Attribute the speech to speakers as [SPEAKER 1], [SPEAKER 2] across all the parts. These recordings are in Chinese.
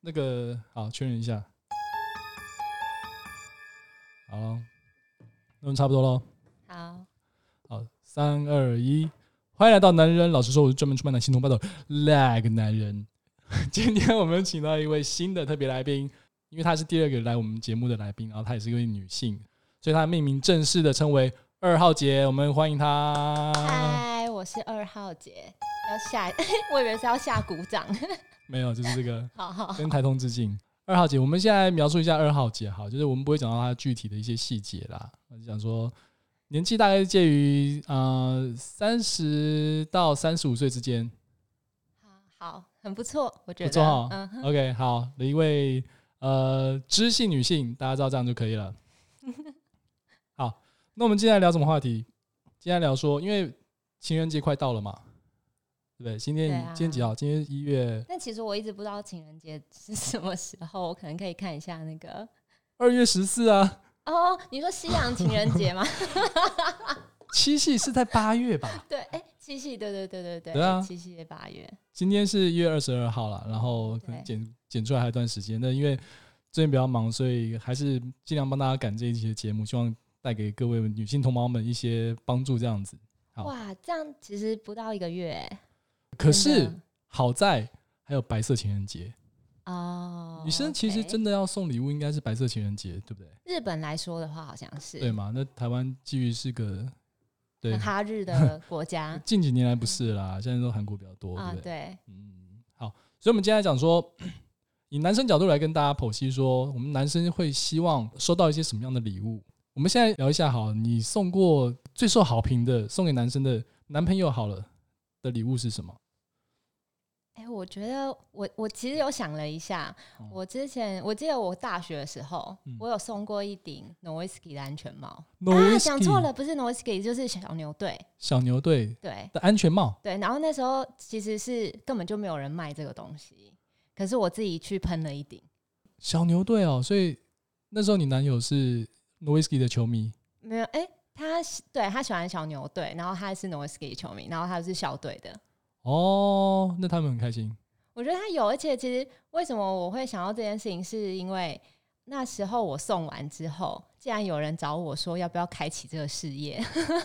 [SPEAKER 1] 那个好，确认一下。好了，那么差不多喽。
[SPEAKER 2] 好，
[SPEAKER 1] 好，三二一，欢迎来到男人。老实说，我是专门出卖男性同胞的 lag 男人。今天我们请到一位新的特别来宾，因为她是第二个来我们节目的来宾，然后她也是一位女性，所以她的命名正式的称为二号姐。我们欢迎她。
[SPEAKER 2] 嗨，我是二号姐，要下， 我以为是要下鼓掌，
[SPEAKER 1] 没有，就是这个。
[SPEAKER 2] 好 好，
[SPEAKER 1] 跟台通致敬。二号姐，我们现在描述一下二号姐，好，就是我们不会讲到她具体的一些细节啦，我就讲说年纪大概介于呃三十到三十五岁之间。
[SPEAKER 2] 好好，很不错，我觉
[SPEAKER 1] 不错哦
[SPEAKER 2] 得，嗯哼，
[SPEAKER 1] OK，好的一位呃知性女性，大家知道这样就可以 了。好，那我们今天来聊什么话题？今天来聊说，因为情人节快到了嘛，对不对？今天、
[SPEAKER 2] 对啊
[SPEAKER 1] 今天几号？今天一月
[SPEAKER 2] 但其实我一直不知道情人节是什么时候，我可能可以看一下那个
[SPEAKER 1] 二月十四啊，
[SPEAKER 2] 哦，你说西洋情人节吗？
[SPEAKER 1] 七夕是在八月吧？
[SPEAKER 2] 对，哎、七夕，对对对对对，
[SPEAKER 1] 对啊
[SPEAKER 2] 七夕的八月，
[SPEAKER 1] 今天是一月二十二号了，然后可能
[SPEAKER 2] 对
[SPEAKER 1] 剪剪出来还有一段时间，但因为最近比较忙，所以还是尽量帮大家赶这一期的节目，希望带给各位女性同胞们一些帮助。这样子，好
[SPEAKER 2] 哇，这样其实不到一个月、哎
[SPEAKER 1] 可
[SPEAKER 2] 真
[SPEAKER 1] 是
[SPEAKER 2] 的
[SPEAKER 1] 好在还有白色情人节，
[SPEAKER 2] 哦，
[SPEAKER 1] 女生其实
[SPEAKER 2] OK
[SPEAKER 1] 真的要送礼物应该是白色情人节，对不对？
[SPEAKER 2] 日本来说的话，好像是
[SPEAKER 1] 对嘛？那台湾基于是个对
[SPEAKER 2] 很，哈日的国家
[SPEAKER 1] 近几年来不是啦，现在都韩国比较多， 对
[SPEAKER 2] 啊
[SPEAKER 1] 不，对？
[SPEAKER 2] 对，
[SPEAKER 1] 嗯，好，所以我们今天来讲说，以男生角度来跟大家剖析说，我们男生会希望收到一些什么样的礼物。我们现在聊一下，好，你送过最受好评的送给男生的男朋友好了的礼物是什么？
[SPEAKER 2] 哎、我觉得我我其实有想了一下，
[SPEAKER 1] 哦
[SPEAKER 2] 我之前我记得我大学的时候，
[SPEAKER 1] 嗯
[SPEAKER 2] 我有送过一顶 n o w i s k i 的安全帽啊，
[SPEAKER 1] Noisky
[SPEAKER 2] 讲错，了，不是 n o w i s k i 就是小牛队，
[SPEAKER 1] 小牛队
[SPEAKER 2] 对
[SPEAKER 1] 的安全帽，
[SPEAKER 2] 对。然后那时候其实是根本就没有人卖这个东西，可是我自己去喷了一顶，
[SPEAKER 1] 小牛队哦，所以那时候你男友是 Noisky 的球迷，
[SPEAKER 2] 没有哎、他喜对他喜欢小牛队，然后他是 n o w i s k i 球迷，然后他是校队的，
[SPEAKER 1] 哦，那他们很开心，
[SPEAKER 2] 我觉得他有，而且其实为什么我会想到这件事情，是因为那时候我送完之后，竟然有人找我说要不要开启这个事业。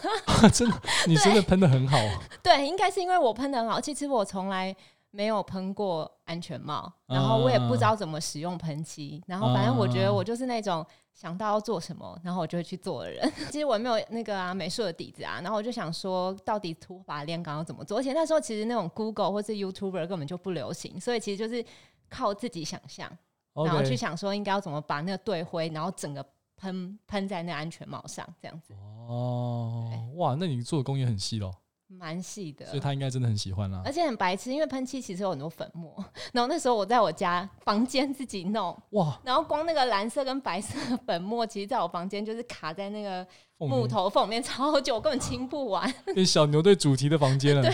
[SPEAKER 1] 真的，你真的喷的很好，
[SPEAKER 2] 对，应该是因为我喷的很好，其实我从来没有喷过安全帽，然后我也不知道怎么使用喷漆，然后反正我觉得我就是那种想到要做什么，然后我就会去做的人。 其实我也没有那个啊美术的底子啊，然后我就想说到底土法炼钢要怎么做，而且那时候其实那种 Google 或是 YouTuber 根本就不流行，所以其实就是靠自己想象。然后去
[SPEAKER 1] OK，
[SPEAKER 2] 想说应该要怎么把那个队徽，然后整个喷喷在那安全帽上，这样子
[SPEAKER 1] 哦，哇，那你做的工也很细喽。
[SPEAKER 2] 蛮细的呃
[SPEAKER 1] 所以。他应该真的很喜欢啦
[SPEAKER 2] 而。且很白痴，因为喷漆其实有很多粉末。 然后那时候我在我家房间自己弄，
[SPEAKER 1] 哇，
[SPEAKER 2] 然后光那个蓝色跟白色的粉末，其实在我房间就是卡在那个
[SPEAKER 1] 凤
[SPEAKER 2] 木
[SPEAKER 1] 梨
[SPEAKER 2] 头缝里面超久，我根本清不完。
[SPEAKER 1] 变小牛队主题的房 间了。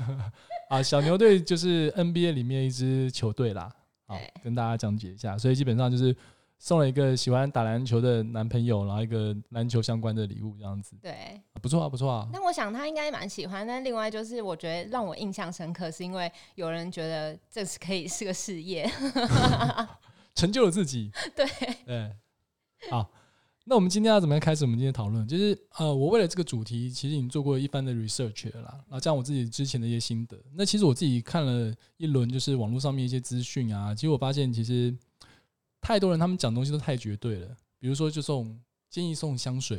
[SPEAKER 1] 啊，小牛队就是 NBA 里面一支球队啦。好
[SPEAKER 2] 对，
[SPEAKER 1] 跟大家讲解一下，所以基本上就是送了一个喜欢打篮球的男朋友，然后一个篮球相关的礼物，这样子
[SPEAKER 2] 对，
[SPEAKER 1] 不错啊，不错啊。
[SPEAKER 2] 但我想他应该蛮喜欢。但另外就是，我觉得让我印象深刻，是因为有人觉得这是可以是个事业。
[SPEAKER 1] 成就了自己。
[SPEAKER 2] 对
[SPEAKER 1] 对，好，那我们今天要怎么样开始我们今天的讨论？就是呃，我为了这个主题，其实已经做过一番的 research 了啦，然后加上我自己之前的一些心得。那其实我自己看了一轮，就是网络上面一些资讯啊，其实我发现其实太多人他们讲东西都太绝对了，比如说就送建议送香水，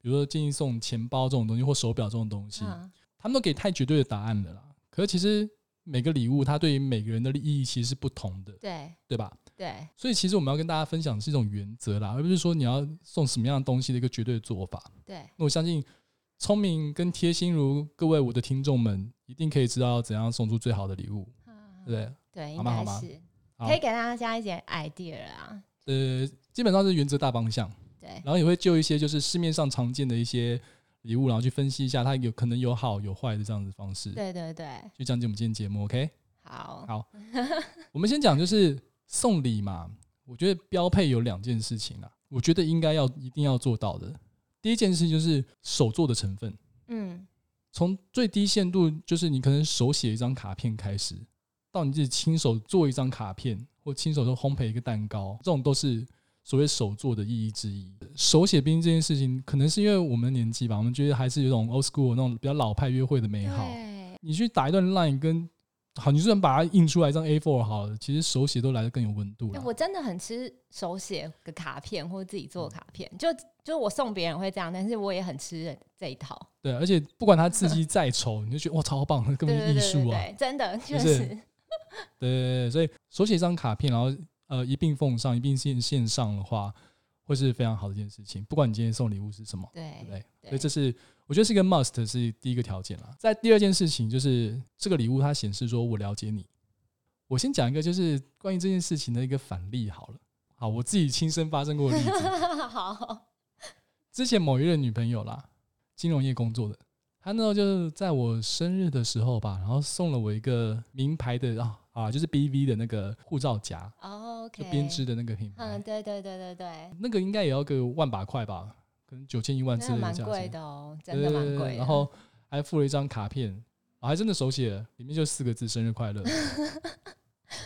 [SPEAKER 1] 比如说建议送钱包这种东西或手表这种东西，
[SPEAKER 2] 嗯，
[SPEAKER 1] 他们都给太绝对的答案了啦。可是其实每个礼物它对于每个人的意义其实是不同的，
[SPEAKER 2] 对
[SPEAKER 1] 对吧？
[SPEAKER 2] 对，
[SPEAKER 1] 所以其实我们要跟大家分享的是一种原则啦，而不是说你要送什么样的东西的一个绝对的做法。
[SPEAKER 2] 对，
[SPEAKER 1] 那我相信聪明跟贴心如各位我的听众们，一定可以知道怎样送出最好的礼物，对不
[SPEAKER 2] 嗯，
[SPEAKER 1] 对？
[SPEAKER 2] 对，
[SPEAKER 1] 好
[SPEAKER 2] 应
[SPEAKER 1] 吗好
[SPEAKER 2] 该
[SPEAKER 1] 吗
[SPEAKER 2] 是
[SPEAKER 1] 好
[SPEAKER 2] 可以给大家一点 idea 啊。
[SPEAKER 1] 呃，基本上是原则大方向，
[SPEAKER 2] 对，
[SPEAKER 1] 然后也会就一些就是市面上常见的一些礼物，然后去分析一下它有可能有好有坏的这样子方式，
[SPEAKER 2] 对对对，
[SPEAKER 1] 就讲解我们今天节目，OK？
[SPEAKER 2] 好，
[SPEAKER 1] 好，我们先讲就是送礼嘛，我觉得标配有两件事情啊，我觉得应该要一定要做到的。第一件事就是手做的成分，
[SPEAKER 2] 嗯，
[SPEAKER 1] 从最低限度就是你可能手写一张卡片开始，到你自己亲手做一张卡片，或亲手就烘焙一个蛋糕，这种都是所谓手做的意义之一。手写冰这件事情，可能是因为我们的年纪吧，我们觉得还是有种 old school 那种比较老派约会的美好。
[SPEAKER 2] 对，
[SPEAKER 1] 你去打一段 line 跟好，你就算把它印出来一张 A4 好了，其实手写都来的更有温度
[SPEAKER 2] 哎
[SPEAKER 1] 了。
[SPEAKER 2] 我真的很吃手写个卡片或者自己做卡片，
[SPEAKER 1] 嗯
[SPEAKER 2] 就就我送别人会这样，但是我也很吃这一套。
[SPEAKER 1] 对，啊而且不管他字迹再丑，你就觉得哇超棒，根本是
[SPEAKER 2] 对
[SPEAKER 1] 艺术啊！
[SPEAKER 2] 对对对对真的确
[SPEAKER 1] 是
[SPEAKER 2] 实，
[SPEAKER 1] 对对对，所以手写一张卡片，然后呃一并奉上，一并献献上的话，会是非常好的一件事情。不管你今天送礼物是什么，对
[SPEAKER 2] 对
[SPEAKER 1] 不对？所以
[SPEAKER 2] 哎对
[SPEAKER 1] 这是我觉得是一个 must 是第一个条件啦。在第二件事情就是这个礼物它显示说我了解你。我先讲一个就是关于这件事情的一个反例好了。好，我自己亲身发生过的例子。
[SPEAKER 2] 好，
[SPEAKER 1] 之前某一任女朋友啦，金融业工作的，她那时候就是在我生日的时候吧，然后送了我一个名牌的啊啊，就是 BV 的那个护照夹，
[SPEAKER 2] 哦
[SPEAKER 1] 就
[SPEAKER 2] ，OK，
[SPEAKER 1] 编织，的那个品牌
[SPEAKER 2] 嗯，，对对对对对，
[SPEAKER 1] 那个应该也要个万把块吧，可能九千一万
[SPEAKER 2] 真
[SPEAKER 1] 之
[SPEAKER 2] 的
[SPEAKER 1] 类的
[SPEAKER 2] 蛮
[SPEAKER 1] 价
[SPEAKER 2] 贵
[SPEAKER 1] 钱，
[SPEAKER 2] 的哦，真的蛮
[SPEAKER 1] 对对对
[SPEAKER 2] 贵
[SPEAKER 1] 对
[SPEAKER 2] 的。
[SPEAKER 1] 然后还附了一张卡片，啊、还真的手写，里面就四个字“生日快乐”。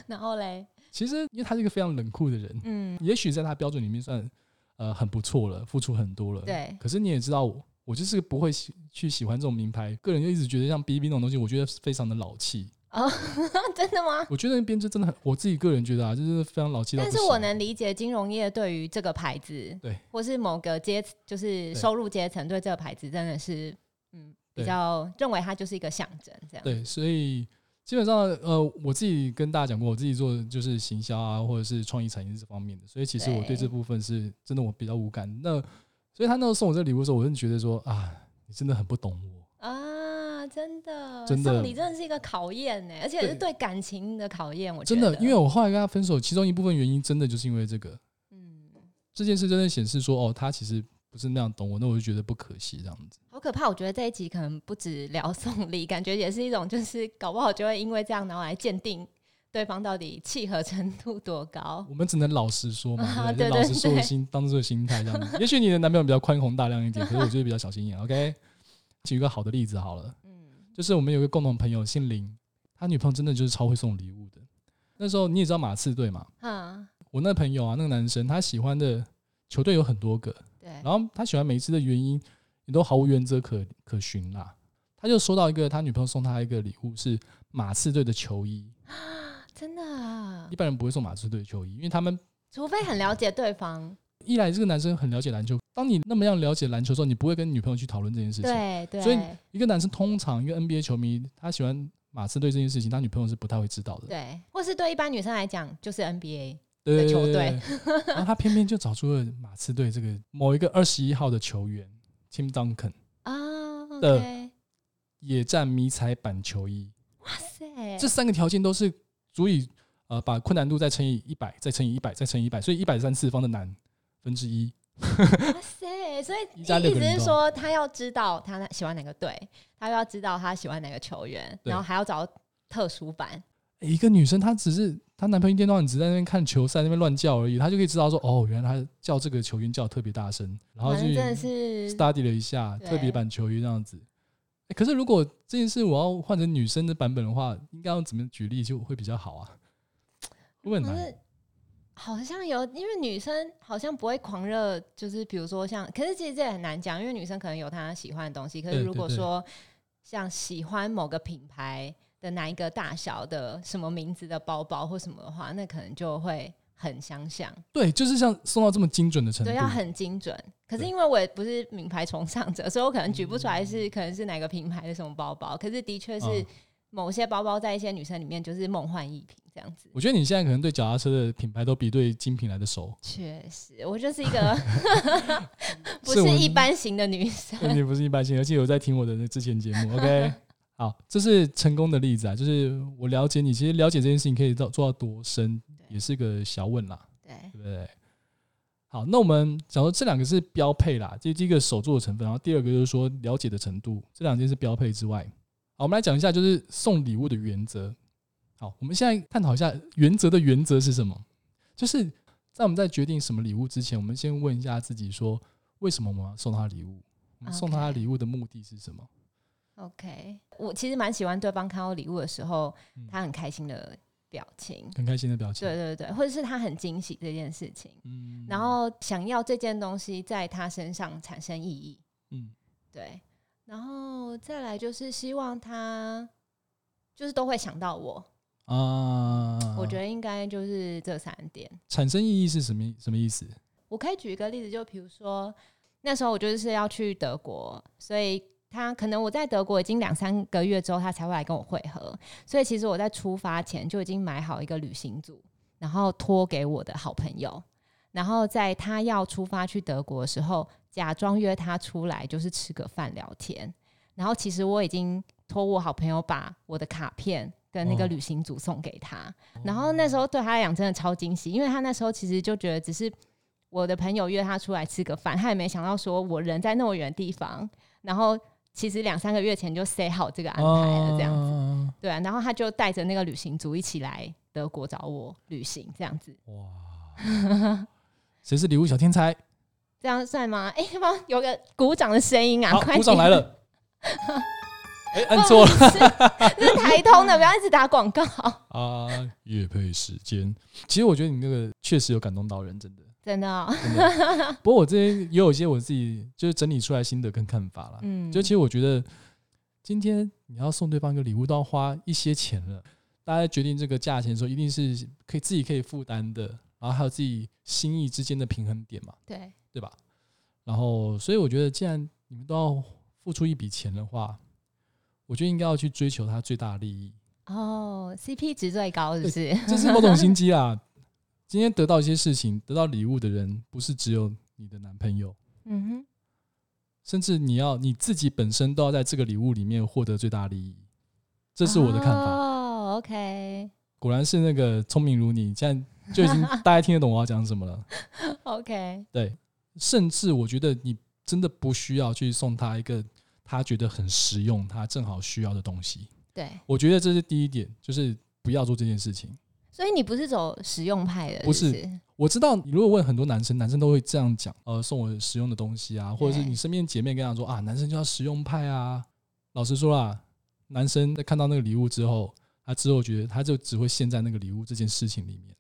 [SPEAKER 2] 然后嘞，
[SPEAKER 1] 其实，因为他是一个非常冷酷的人，
[SPEAKER 2] 嗯，
[SPEAKER 1] 也许在他标准里面算呃很不错了，付出很多了。
[SPEAKER 2] 对
[SPEAKER 1] 可是你也知道我，我就是不会喜去喜欢这种名牌，个人就一直觉得像 B B 那种东西，我觉得非常的老气。
[SPEAKER 2] 哦，真的吗？
[SPEAKER 1] 我觉得编织真的很，我自己个人觉得啊，就是非常老气到不
[SPEAKER 2] 但
[SPEAKER 1] 行。
[SPEAKER 2] 是我能理解金融业对于这个牌子，
[SPEAKER 1] 对，
[SPEAKER 2] 或是某个阶就是
[SPEAKER 1] 对
[SPEAKER 2] 收入阶层对这个牌子真的是，嗯，
[SPEAKER 1] 对
[SPEAKER 2] 比较认为它就是一个象征这样。
[SPEAKER 1] 对，所以基本上呃，我自己跟大家讲过，我自己做的就是行销啊，或者是创意产业这方面的，所以其实我对
[SPEAKER 2] 对
[SPEAKER 1] 这部分是真的我比较无感。那所以他那时候送我这个礼物的时候，我真的觉得说啊，你真的很不懂我。
[SPEAKER 2] 啊，真的，
[SPEAKER 1] 真的
[SPEAKER 2] 送礼真的是一个考验呢，而且是对感情的考验。我觉
[SPEAKER 1] 真
[SPEAKER 2] 得
[SPEAKER 1] 的，因为我后来跟他分手，其中一部分原因真的就是因为这个
[SPEAKER 2] 嗯，
[SPEAKER 1] 这件事，真的显示说哦，他其实不是那样懂我，那我就觉得不可惜这样子。
[SPEAKER 2] 好可怕！我觉得这一集可能不止聊送礼，感觉也是一种，就是搞不好就会因为这样，然后来鉴定对方到底契合程度多高。
[SPEAKER 1] 我们只能老实说嘛，
[SPEAKER 2] 啊
[SPEAKER 1] 对不对就老
[SPEAKER 2] 对对
[SPEAKER 1] 实说的
[SPEAKER 2] 对
[SPEAKER 1] 心，当做心态这样子。也许你的男朋友比较宽宏大量一点，可是我就是比较小心眼。OK，举一 个好的例子好了。
[SPEAKER 2] 嗯，
[SPEAKER 1] 就是我们有一个共同朋友姓林，他女朋友真的就是超会送礼物的。那时候你也知道马刺队嘛，
[SPEAKER 2] 啊，
[SPEAKER 1] 我那朋友啊，那个男生他喜欢的球队有很多个，
[SPEAKER 2] 对，
[SPEAKER 1] 然后他喜欢每一次的原因也都毫无原则可可循啦。他就收到一个他女朋友送他一个礼物是马刺队的球衣，
[SPEAKER 2] 真的啊
[SPEAKER 1] 一，般人不会送马刺队的球衣，因为他们
[SPEAKER 2] 除非很了解对方，
[SPEAKER 1] 一来这个男生很了解篮球，当你那么样了解篮球的时候，你不会跟女朋友去讨论这件事情。
[SPEAKER 2] 对对，
[SPEAKER 1] 所以一个男生通常一个 NBA 球迷他喜欢马刺队这件事情，他女朋友是不太会知道的。
[SPEAKER 2] 对，或是对一般女生来讲，就是 NBA，
[SPEAKER 1] 对
[SPEAKER 2] 的球队，
[SPEAKER 1] 然后他偏偏就找出了马刺队这个某一个二十一号的球员 Tim Duncan，
[SPEAKER 2] 啊
[SPEAKER 1] 的
[SPEAKER 2] ，OK，
[SPEAKER 1] 野战迷彩版球衣，
[SPEAKER 2] 哇塞，
[SPEAKER 1] 这三个条件都是足以呃把困难度再乘以一百，再乘以一百，再乘以一百，所以一百三次方的难分之一。
[SPEAKER 2] 哇塞，所以
[SPEAKER 1] 一加六
[SPEAKER 2] 意
[SPEAKER 1] 个
[SPEAKER 2] 思
[SPEAKER 1] 零
[SPEAKER 2] 是
[SPEAKER 1] 多
[SPEAKER 2] 说，他要知道他喜欢哪个队，他又要知道他喜欢哪个球员，
[SPEAKER 1] 对
[SPEAKER 2] 然后还要找特殊版，
[SPEAKER 1] 诶一个女生她只是她男朋友一天到晚只在那边看球赛那边乱叫而已，她就可以知道说哦，原来她叫这个球员叫得特别大声，然后
[SPEAKER 2] 反
[SPEAKER 1] 就
[SPEAKER 2] 正真的是
[SPEAKER 1] study 了一下
[SPEAKER 2] 对
[SPEAKER 1] 特别版球衣这样子。欸可是如果这件事我要换成女生的版本的话，应该要怎么举例就会比较好啊？会不会很
[SPEAKER 2] 可
[SPEAKER 1] 难？
[SPEAKER 2] 是好像有，因为女生好像不会狂热，就是比如说像，可是其实这也很难讲，因为女生可能有她喜欢的东西。可是
[SPEAKER 1] 对
[SPEAKER 2] 如
[SPEAKER 1] 对
[SPEAKER 2] 果
[SPEAKER 1] 对
[SPEAKER 2] 说像喜欢某个品牌的哪一个大小的什么名字的包包或什么的话，那可能就会很相像，
[SPEAKER 1] 对，就是像送到这么精准的程度
[SPEAKER 2] 对，，要很精准。可是
[SPEAKER 1] 对
[SPEAKER 2] 因为我也不是名牌崇尚者，所以我可能举不出来是可能是哪个品牌的什么包包。可是的确是
[SPEAKER 1] 嗯
[SPEAKER 2] 某些包包在一些女生里面就是梦幻一品这样子。，
[SPEAKER 1] 我觉得你现在可能对脚踏车的品牌都比对精品来的熟
[SPEAKER 2] 确实，我就是一 个不
[SPEAKER 1] 是
[SPEAKER 2] 是
[SPEAKER 1] 我嗯
[SPEAKER 2] 一般型的女生。
[SPEAKER 1] 因为你不是一般性，而且有在听我的那之前节目。OK，好，这是成功的例子啊，就是我了解你，其实了解这件事情可以到做到多深，
[SPEAKER 2] 对
[SPEAKER 1] 也是个小问啦。
[SPEAKER 2] 对，
[SPEAKER 1] 对不对？好，那我们讲说这两个是标配啦，这第一个手作的成分，然后第二个就是说了解的程度，这两件是标配之外，好，我们来讲一下就是送礼物的原则。好，我们现在探讨一下原则的原则是什么？就是在我们在决定什么礼物之前，我们先问一下自己说，为什么我们要送他礼物？我们送他
[SPEAKER 2] OK
[SPEAKER 1] 礼物的目的是什么
[SPEAKER 2] OK，我其实蛮喜欢对方看到礼物的时候
[SPEAKER 1] 嗯，
[SPEAKER 2] 他很开心的表情，
[SPEAKER 1] 很开心的表情。
[SPEAKER 2] 对对对，或者是他很惊喜这件事情，
[SPEAKER 1] 嗯，
[SPEAKER 2] 然后想要这件东西在他身上产生意义，
[SPEAKER 1] 嗯
[SPEAKER 2] 对，然后再来就是希望他就是都会想到我，
[SPEAKER 1] 啊，
[SPEAKER 2] 我觉得应该就是这三点。
[SPEAKER 1] 产生意义是什么意什么意思？
[SPEAKER 2] 我可以举一个例子，就比如说那时候我就是要去德国，所以他可能我在德国已经两三个月之后，他才会来跟我会合。所以其实我在出发前就已经买好一个旅行组，然后托给我的好朋友，然后在他要出发去德国的时候，假装约他出来，就是吃个饭聊天。然后其实我已经托我好朋友把我的卡片跟那个
[SPEAKER 1] 哦
[SPEAKER 2] 旅行组送给他，然后那时候对他来讲真的超惊喜，因为他那时候其实就觉得只是我的朋友约他出来吃个饭，他也没想到说我人在那么远的地方，然后其实两三个月前就 say 好这个安排
[SPEAKER 1] 哦
[SPEAKER 2] 了这样子，
[SPEAKER 1] 子。
[SPEAKER 2] 对啊，然后他就带着那个旅行组一起来德国找我旅行这样子，
[SPEAKER 1] 哇，谁是礼物小天 才？
[SPEAKER 2] 这样算吗？哎、要不要有个鼓掌的声音啊？
[SPEAKER 1] 好，
[SPEAKER 2] 快
[SPEAKER 1] 鼓掌
[SPEAKER 2] 点
[SPEAKER 1] 来，了。哎，按错了
[SPEAKER 2] 这是台通的，不要一直打广告，
[SPEAKER 1] 啊！乐配时间，其实我觉得你那个确实有感动到人，真的。
[SPEAKER 2] 真 的哦、
[SPEAKER 1] 真的不过我这边也有一些我自己就是整理出来心得跟看法啦。
[SPEAKER 2] 嗯，
[SPEAKER 1] 就其实我觉得，今天你要送对方一个礼物，都要花一些钱了。大家决定这个价钱的时候，一定是可以自己可以负担的，然后还有自己心意之间的平衡点嘛，
[SPEAKER 2] 对，
[SPEAKER 1] 对吧？然后，所以我觉得，既然你们都要付出一笔钱的话，我觉得应该要去追求它最大的利益，
[SPEAKER 2] 哦，CP 值最高是不是？
[SPEAKER 1] 这是某种心机啦。今天得到一些事情，得到礼物的人不是只有你的男朋友，
[SPEAKER 2] 嗯哼。
[SPEAKER 1] 甚至你要你自己本身都要在这个礼物里面获得最大利益，这是我的看法。
[SPEAKER 2] 哦，OK，OK，、
[SPEAKER 1] 果然是那个聪明如你，这样就已经大家听得懂我要讲什么了。对，甚至我觉得你真的不需要去送他一个他觉得很实用、他正好需要的东西。
[SPEAKER 2] 对。
[SPEAKER 1] 我觉得这是第一点，就是不要做这件事情。
[SPEAKER 2] 所以你不是走实用派的，
[SPEAKER 1] 不
[SPEAKER 2] 是
[SPEAKER 1] 是我知道你如果问很多男生，男生都会这样讲，呃，送我实用的东西啊，或者是
[SPEAKER 2] 对
[SPEAKER 1] 你身边姐妹跟他讲说啊，男生就要实用派啊。老实说啦，男生在看到那个礼物之后，他之后觉得他就只会陷在那个礼物这件事情里面，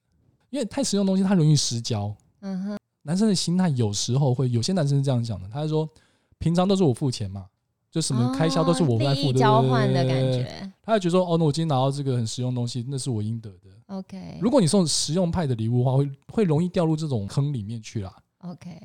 [SPEAKER 1] 因为太实用的东西他容易失焦。
[SPEAKER 2] 嗯哼，
[SPEAKER 1] 男生的心态有时候会，有些男生是这样讲的，他就说平常都是我付钱嘛，就什么开销都是我在
[SPEAKER 2] 哦利
[SPEAKER 1] 付，
[SPEAKER 2] 益
[SPEAKER 1] 对
[SPEAKER 2] 交换的
[SPEAKER 1] 对
[SPEAKER 2] 感
[SPEAKER 1] 对对对
[SPEAKER 2] 觉。
[SPEAKER 1] 他就觉得说哦，那我今天拿到这个很实用的东西，那是我应得的。
[SPEAKER 2] OK，
[SPEAKER 1] 如果你送实用派的礼物的话，会会容易掉入这种坑里面去啦，
[SPEAKER 2] OK，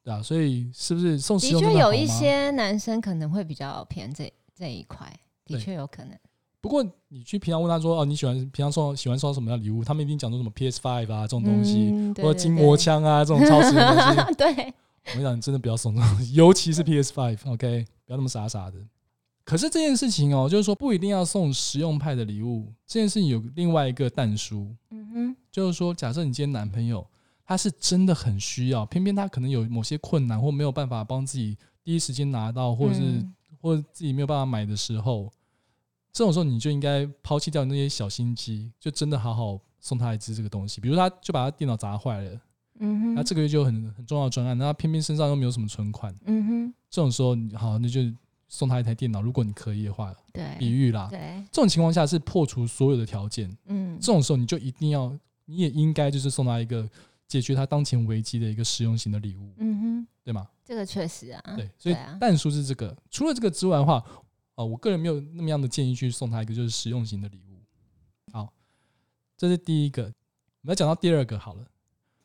[SPEAKER 1] 对啊，所以是不是送实
[SPEAKER 2] 的
[SPEAKER 1] 用真
[SPEAKER 2] 确
[SPEAKER 1] 的好
[SPEAKER 2] 有
[SPEAKER 1] 吗
[SPEAKER 2] 一？些男生可能会比较偏这这一块，的
[SPEAKER 1] 对
[SPEAKER 2] 确有可能。
[SPEAKER 1] 不过你去平常问他说哦，你喜欢平常送喜欢收到什么样的礼物？他们一定讲出什么 PS Five 啊这种东西，
[SPEAKER 2] 嗯、对
[SPEAKER 1] 或者筋膜，枪啊这种超时的东西。
[SPEAKER 2] 对 对，
[SPEAKER 1] 我跟你讲，你真的不要送这种东西，尤其是 PS Five，OK，、不要那么傻傻的。可是这件事情哦，就是说不一定要送实用派的礼物，这件事情有另外一个淡书，
[SPEAKER 2] 嗯
[SPEAKER 1] 就是说，假设你今天男朋友他是真的很需要，偏偏他可能有某些困难或没有办法帮自己第一时间拿到，或
[SPEAKER 2] 哼，
[SPEAKER 1] 者是、
[SPEAKER 2] 嗯
[SPEAKER 1] 或者自己没有办法买的时候，这种时候你就应该抛弃掉那些小心机，就真的好好送他一只这个东西。比如他就把他电脑砸坏了，
[SPEAKER 2] 嗯
[SPEAKER 1] 那
[SPEAKER 2] 哼，
[SPEAKER 1] 这个月就有很很重要的专案，那他偏偏身上又没有什么存款，
[SPEAKER 2] 嗯哼，
[SPEAKER 1] 这种时候你好，那就送他一台电脑，如果你可以的话，比
[SPEAKER 2] 对
[SPEAKER 1] 喻啦。
[SPEAKER 2] 对，
[SPEAKER 1] 这种情况下是破除所有的条件，
[SPEAKER 2] 嗯
[SPEAKER 1] 这，种时候你就一定要，你也应该就是送他一个解决他当前危机的一个实用型的礼物，
[SPEAKER 2] 嗯哼，
[SPEAKER 1] 对吗？
[SPEAKER 2] 这个确实啊，
[SPEAKER 1] 对，所以
[SPEAKER 2] 啊，
[SPEAKER 1] 蛋叔是这个。除了这个之外的话，啊，我个人没有那么样的建议去送他一个就是实用型的礼物。好，这是第一个。我们要讲到第二个好了，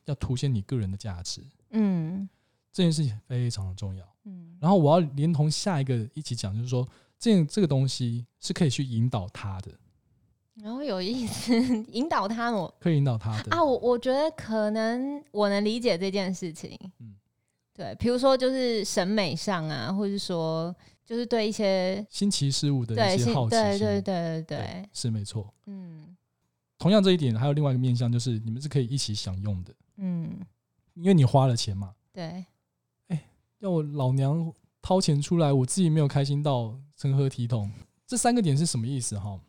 [SPEAKER 1] 要凸显你个人的价值，
[SPEAKER 2] 嗯
[SPEAKER 1] 这件事情非常的重要。
[SPEAKER 2] 嗯，
[SPEAKER 1] 然后我要连同下一个一起讲，就是说这这个东西是可以去引导他的，
[SPEAKER 2] 然后有意思， 引导他我
[SPEAKER 1] 可以引导他的。
[SPEAKER 2] 啊，我我觉得可能我能理解这件事情，
[SPEAKER 1] 嗯
[SPEAKER 2] 对，比如说就是审美上啊，或者说就是对一些
[SPEAKER 1] 新奇事物的
[SPEAKER 2] 对
[SPEAKER 1] 一些
[SPEAKER 2] 兴
[SPEAKER 1] 好奇
[SPEAKER 2] 对
[SPEAKER 1] 心，
[SPEAKER 2] 对对对对
[SPEAKER 1] 对，，是没错。
[SPEAKER 2] 嗯
[SPEAKER 1] 同样这一点，还有另外一个面向，就是你们是可以一起享用的，
[SPEAKER 2] 嗯，
[SPEAKER 1] 因为你花了钱嘛。
[SPEAKER 2] 对，
[SPEAKER 1] 要我老娘掏钱出来，我自己没有开心到成何体统？这三个点是什么意思哈？